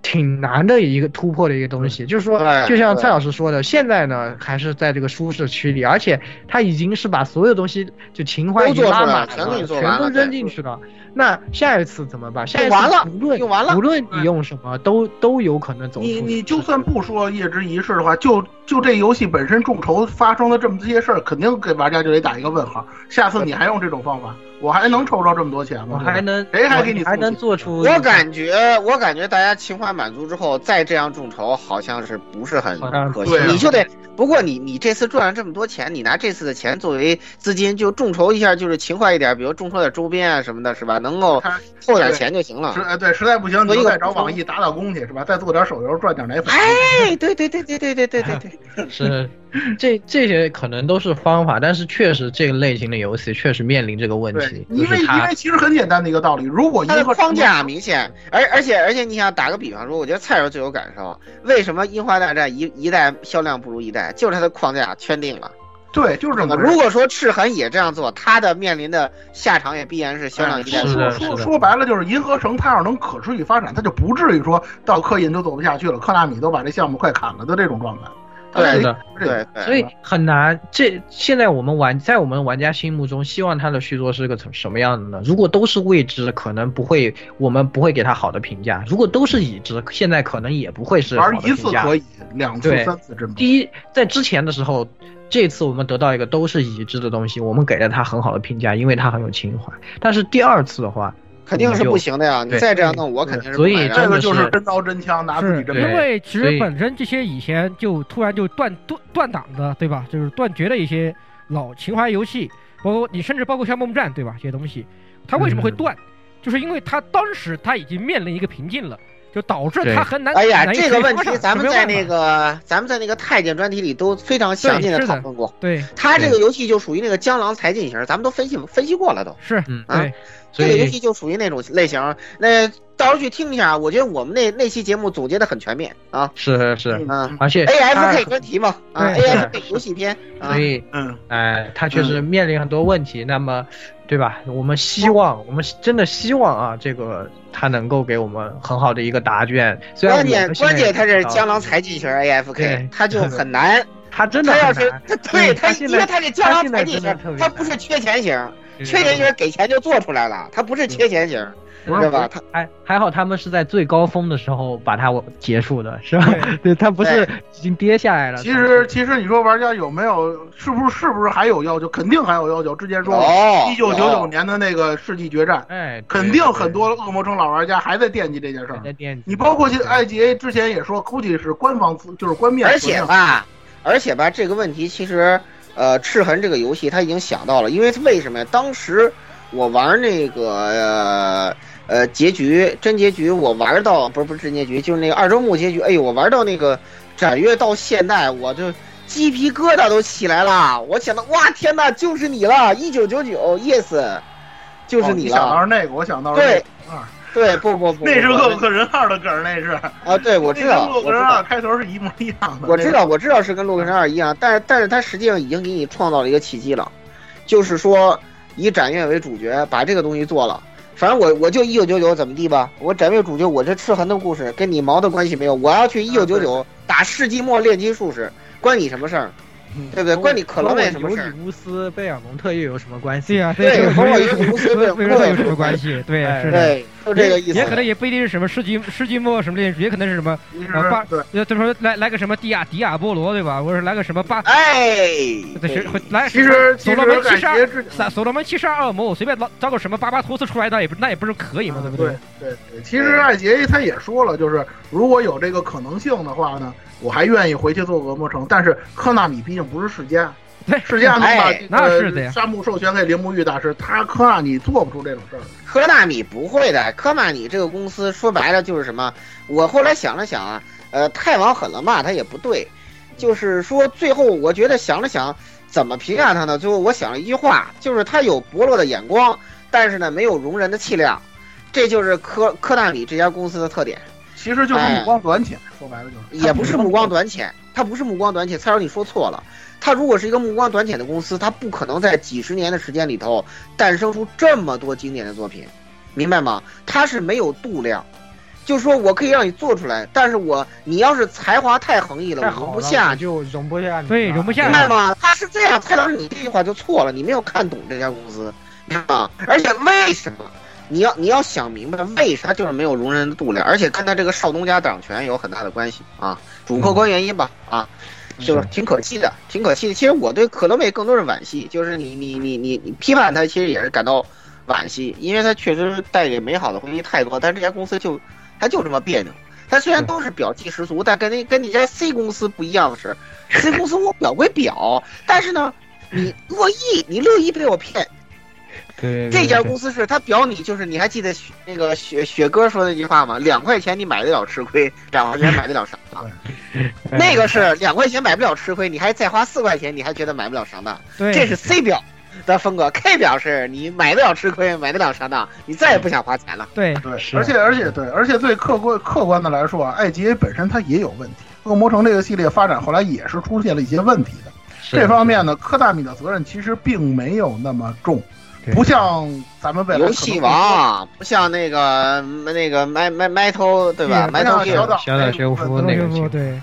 挺难的一个突破的一个东西。就是说，
嗯对
就像
对
蔡老师说的，现在呢还是在这个舒适区里，而且他已经是把所有东西就情怀已经
都做出
拉
来
满
了全给你做
全
完
都
了
扔
对嗯
进去了。那下一次怎么办？下一次
完了
无论
用完了嗯
无论你用什么，都都有可能走出
你
去。
你就算不说夜之仪式的话，就就这游戏本身众筹发生的这么些事儿，肯定给玩家就得打一个问号。下次你还用这种方法，我还能筹着这么多钱
我
吗？
还能
谁还
我
给你
还
送
能
钱
做出
我感觉，我感觉大家情怀满足之后，再这样众筹，好像是不是很
好像
可惜
对啊？
你就得，不过你你这次赚了这么多钱，你拿这次的钱作为资金，就众筹一下，就是情怀一点，比如众筹点周边啊什么的，是吧？能够
他
凑点钱就
嗯
行了
实。哎对，实在不行你
做一
就
个
再找网易打打工去是吧？再做点手游赚点奶粉。
哎，对对对对对对对对对，
是，这这些可能都是方法，但是确实这个类型的游戏确实面临这个问
对
题，，就
因为
是
因
它
为其实很简单的一个道理，如果一
它的
个
框架明显，而而且而且你想打个比方说，我觉得菜儿最有感受，为什么樱花大战一一代销量不如一代，就是它的框架圈定了。
对就是这么回事
如果说赤痕也这样做，他的面临的下场也必然是销量一代
哎
是
说
的
说
是的
说白了就是银河城，它要是能可持续发展，它就不至于说到刻印就走不下去了，科纳米都把这项目快砍了的这种状态。
对
它得
是的
这个
对对，
所以很难。这现在我们玩，在我们玩家心目中，希望它的续作是个什什么样的呢？如果都是未知，可能不会，我们不会给它好的评价；如果都是已知，现在可能也不会是好
玩
的
一
评
次
价
可以，两次
对、
三次真不
第一，在之前的时候，这次我们得到一个都是已知的东西，我们给了它很好的评价，因为它很有情怀。但是第二次的话，
肯定是不行的呀！你
对
再这样弄，我肯定是不
所以
买
这
的
真
这
的
个就是
是
真刀真枪拿自己
是
真
对
因
命。
为其
所
实
以
本身这些以前就突然就断断断档的，对吧？就是断绝的一些老情怀游戏，包括你甚至包括像《梦战》，对吧？这些东西，它为什么会
嗯
断？就是因为它当时它已经面临一个瓶颈了，就导致
对
它很难。
哎呀，
难以
这个
持续
问
发
题
展
咱
就
们
没
在
有办
那
法
个咱们在那个太监专题里都非常详尽的
对是
讨
的
论过。
对
他这个游戏就属于那个江郎才尽型，咱们都分析分析过了都。
是
嗯
啊
对
所
这个游
以
戏就属于那种类型，那到时候去听一下，啊我觉得我们那那期节目总结的很全面啊
是
嗯
是，
啊
而
哎
且
，A F
它
K 专题嘛啊
对
，A F K 游戏篇啊嗯
所，以，
嗯，
哎，它确实面临很多问题。那么，对吧？我们希望，我们真的希望啊，这个它能够给我们很好的一个答卷。虽然
关键关键
它
他是江郎才尽型 A F K，
对
他就很难。
啊它真的
他要
很
是
难。
他对
嗯
他，
他
因
现
为
在
他是江郎才尽
他现在真的
型
特，别
他
难
不是缺钱型，缺钱
对
型给钱就做出来了，他不是缺钱型，
不是
对吧？他
还还好，他们是在最高峰的时候把它结束的，是吧？对，它不是已经跌下来了。
其实其实你说玩家有没有是不是是不是还有要求？肯定还有要求。之前说
有
一九九九
有
年的那个世纪决战，
哎，对
肯定很多恶魔城老玩家还在惦记这件事
还
儿。
在惦记。
你包括其实 IGA 之前也说，估计是官方自就是官面
而
所定
且
的，
吧，而且吧，这个问题其实，呃，赤痕这个游戏他已经想到了，因为为什么呀？当时我玩那个呃呃结局真结局，我玩到不是不是真结局，就是那个二周目结局，哎呦，我玩到那个斩月到现代，我就。鸡皮疙瘩都起来了，我想到，哇，天呐，就是你了，一九九九，yes，就是
哦你想到
了。
是那个，我想到是
对
那个二，
对，不不不，
那是
不
恶客人二的梗儿，那是。
啊，对，我知道，
那
我
跟洛克
知
人
道
二。开头是一模一样的。
我知道，我知道是跟洛克人二一样，但是但是它实际上已经给你创造了一个契机了，就是说以展越为主角把这个东西做了。反正我我就一九九九怎么地吧，我展越主角，我这赤痕的故事跟你毛的关系没有。我要
啊
去一九九九打世纪末炼金术士，关你什么事儿？
嗯
对不对？关你可乐妹什么事
尤
儿？
里乌斯、贝尔蒙特又有什么关系？啊
对呀，
对
这个
和我
有
有
什么
无所谓
跟跟
对
这有什么关系？对
哎，
是的。
对，就这个意思
也。可能也不一定是什么世纪世纪末什么恋人，也可能是什么
你是
啊发
对，
呃，怎么说来来个什么迪亚迪亚波罗对吧？或者来个什么巴，
哎，
对是会来
其实其
所
实
罗门七
感
十二
觉之
萨所罗门七十二恶魔，我随便捞招个什么巴巴托斯出来，那也不那也不是可以嘛，对不
对？对对，其实艾杰他也说了，就是如果有这个可能性的话呢，我还愿意回去做恶魔城。但是科纳米毕竟不是世家，
对
世家能把
哎
<laughs>
这
那
个
是的呀
沙漠授权给铃木玉大师，他科纳米做不出这种事儿。
科纳米不会的，科纳米这个公司说白了就是什么？我后来想了想啊，呃，太往狠了骂他也不对，就是说最后我觉得想了想，怎么评价他呢？最后我想了一句话，就是他有薄弱的眼光，但是呢没有容人的气量，这就是科科纳米这家公司的特点。
其实就是
哎
目光短浅，说白了就是。
也不是目光短浅，它不是目光短浅，蔡老师你说错了。它如果是一个目光短浅的公司，它不可能在几十年的时间里头诞生出这么多经典的作品，明白吗？它是没有度量，就是说我可以让你做出来，但是我你要是才华太横溢了，
太
我
好
容
了，
不下
我就容不下你。
对，容不下
明白吗？他是这样，蔡老师，你这句话就错了，你没有看懂这家公司，明白吗？而且为什么？你要你要想明白为啥就是没有容忍的度量，而且跟他这个少东家掌权有很大的关系啊，主客观原因吧啊，就是挺可惜的，挺可惜的。其实我对可乐妹更多是惋惜，就是你你你你你批判他，其实也是感到惋惜，因为他确实带给美好的回忆太多，但这家公司就他就这么别扭。他虽然都是表技十足，但跟那跟你家 C 公司不一样的是，C 公司我表归表，但是呢，你乐意你乐意被我骗，
对
这家公
司
司是他表你，就是你还记得雪那个雪雪哥说那句话吗？两块钱你买得了吃亏，两块钱买得了上当。那个是两块钱买不了吃亏，你还再花四块钱，你还觉得买不了上当。
对
这是 C 表的风格。K 表是你买得了吃亏，买得了上当，你再也不想花钱了。
对
对，而且而且对，而且最客观客观的来说啊，艾杰本身它也有问题，《恶魔城》这个系列发展后来也是出现了一些问题的。这方面呢，科大米的责任其实并没有那么重，不像咱们未来可能
游戏王不像那个那个 My My Metal 对吧
对不像
？Metal
小岛
Gear
小岛
学夫
那
那
个
个
不对，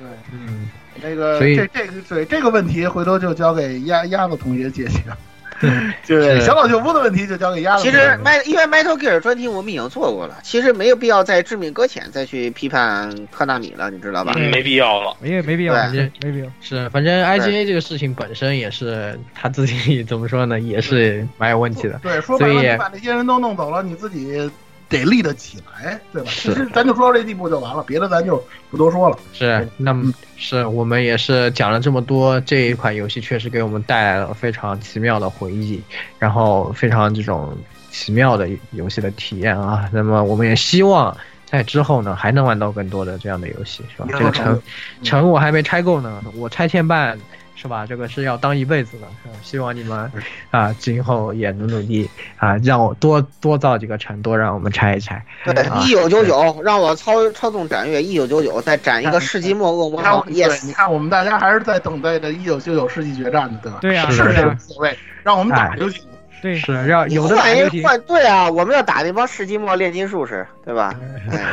对
嗯，
那个
所以
这这个对这个问题，回头就交给鸭鸭子同学解决。
<laughs>
<laughs>
对
小岛秀夫的问题就交给
啊
鸭子
其
同学。
实麦因为 Metal Gear 专题我们已经做过了，其实没有必要在致命搁浅再去批判科纳米了，你知道吧？
嗯没必要了。
没没必要，
对
没没必要。
是，反正 IGA 这个事情本身也是他自己 <laughs> 怎么说呢，也是蛮有问题的。
对，说白
所
了，
以
你把那些人都弄走了，你自己得立得起来，对吧？其实咱就说到这地步就完了，别的咱就不多说了。
是，那么是我们也是讲了这么多，这一款游戏确实给我们带来了非常奇妙的回忆，然后非常这种奇妙的游戏的体验啊。那么我们也希望在之后呢，还能玩到更多的这样的游戏，是吧？这个城城我还没拆够呢，我拆迁办是吧？这个是要当一辈子的，是吧希望你们啊今后也能努力啊，让我多多造几个城，多让我们拆一拆。
对
啊，
一九九九让我操操纵展越一九九九，再展一个世纪末恶
你
魔
看
城
啊
我，对，你
，yes，
看我们大家还是在等待着一九九九世纪决战的，对吧？
对呀，
是
是
的
这
呀
无，所谓，让我们打就行。
对，啊
是让
你
有的打
换
游
一
戏
换，对啊，我们要打那帮世纪末炼金术士，
<laughs>
对吧？哎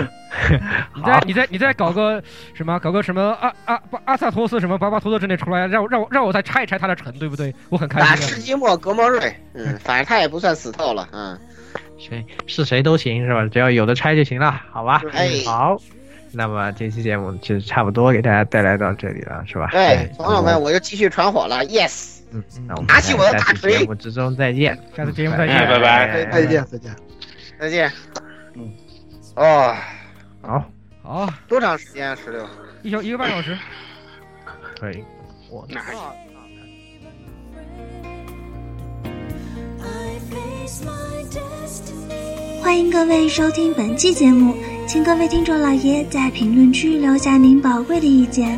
你再你再你再搞个什么，搞个什么阿阿巴阿萨托斯什么巴巴托托之类出来，让我让我让我再拆一拆他的城，对不对？我很开
打
心
世
的。
纪末格莫瑞，嗯，反正他也不算死透了，嗯，
谁是谁都行是吧？只要有的拆就行了，好吧？
哎
好，那么这期节目就差不多给大家带来到这里了，是吧？
哎
对，朋友
哦
们，
嗯
我就继续传火了，yes。
嗯，那我们
拿起我的
在
大
下期
锤
节目之中再见，
下次节目再见
嗯
哎拜
再见，再见。
再见。
嗯，
哦，
好，
好，
多长时间啊？十六。
一小一个半小时。
可以，我
哪有
I face my destiny.
欢迎各位收听本期节目，请各位听众老爷在评论区留下您宝贵的意见。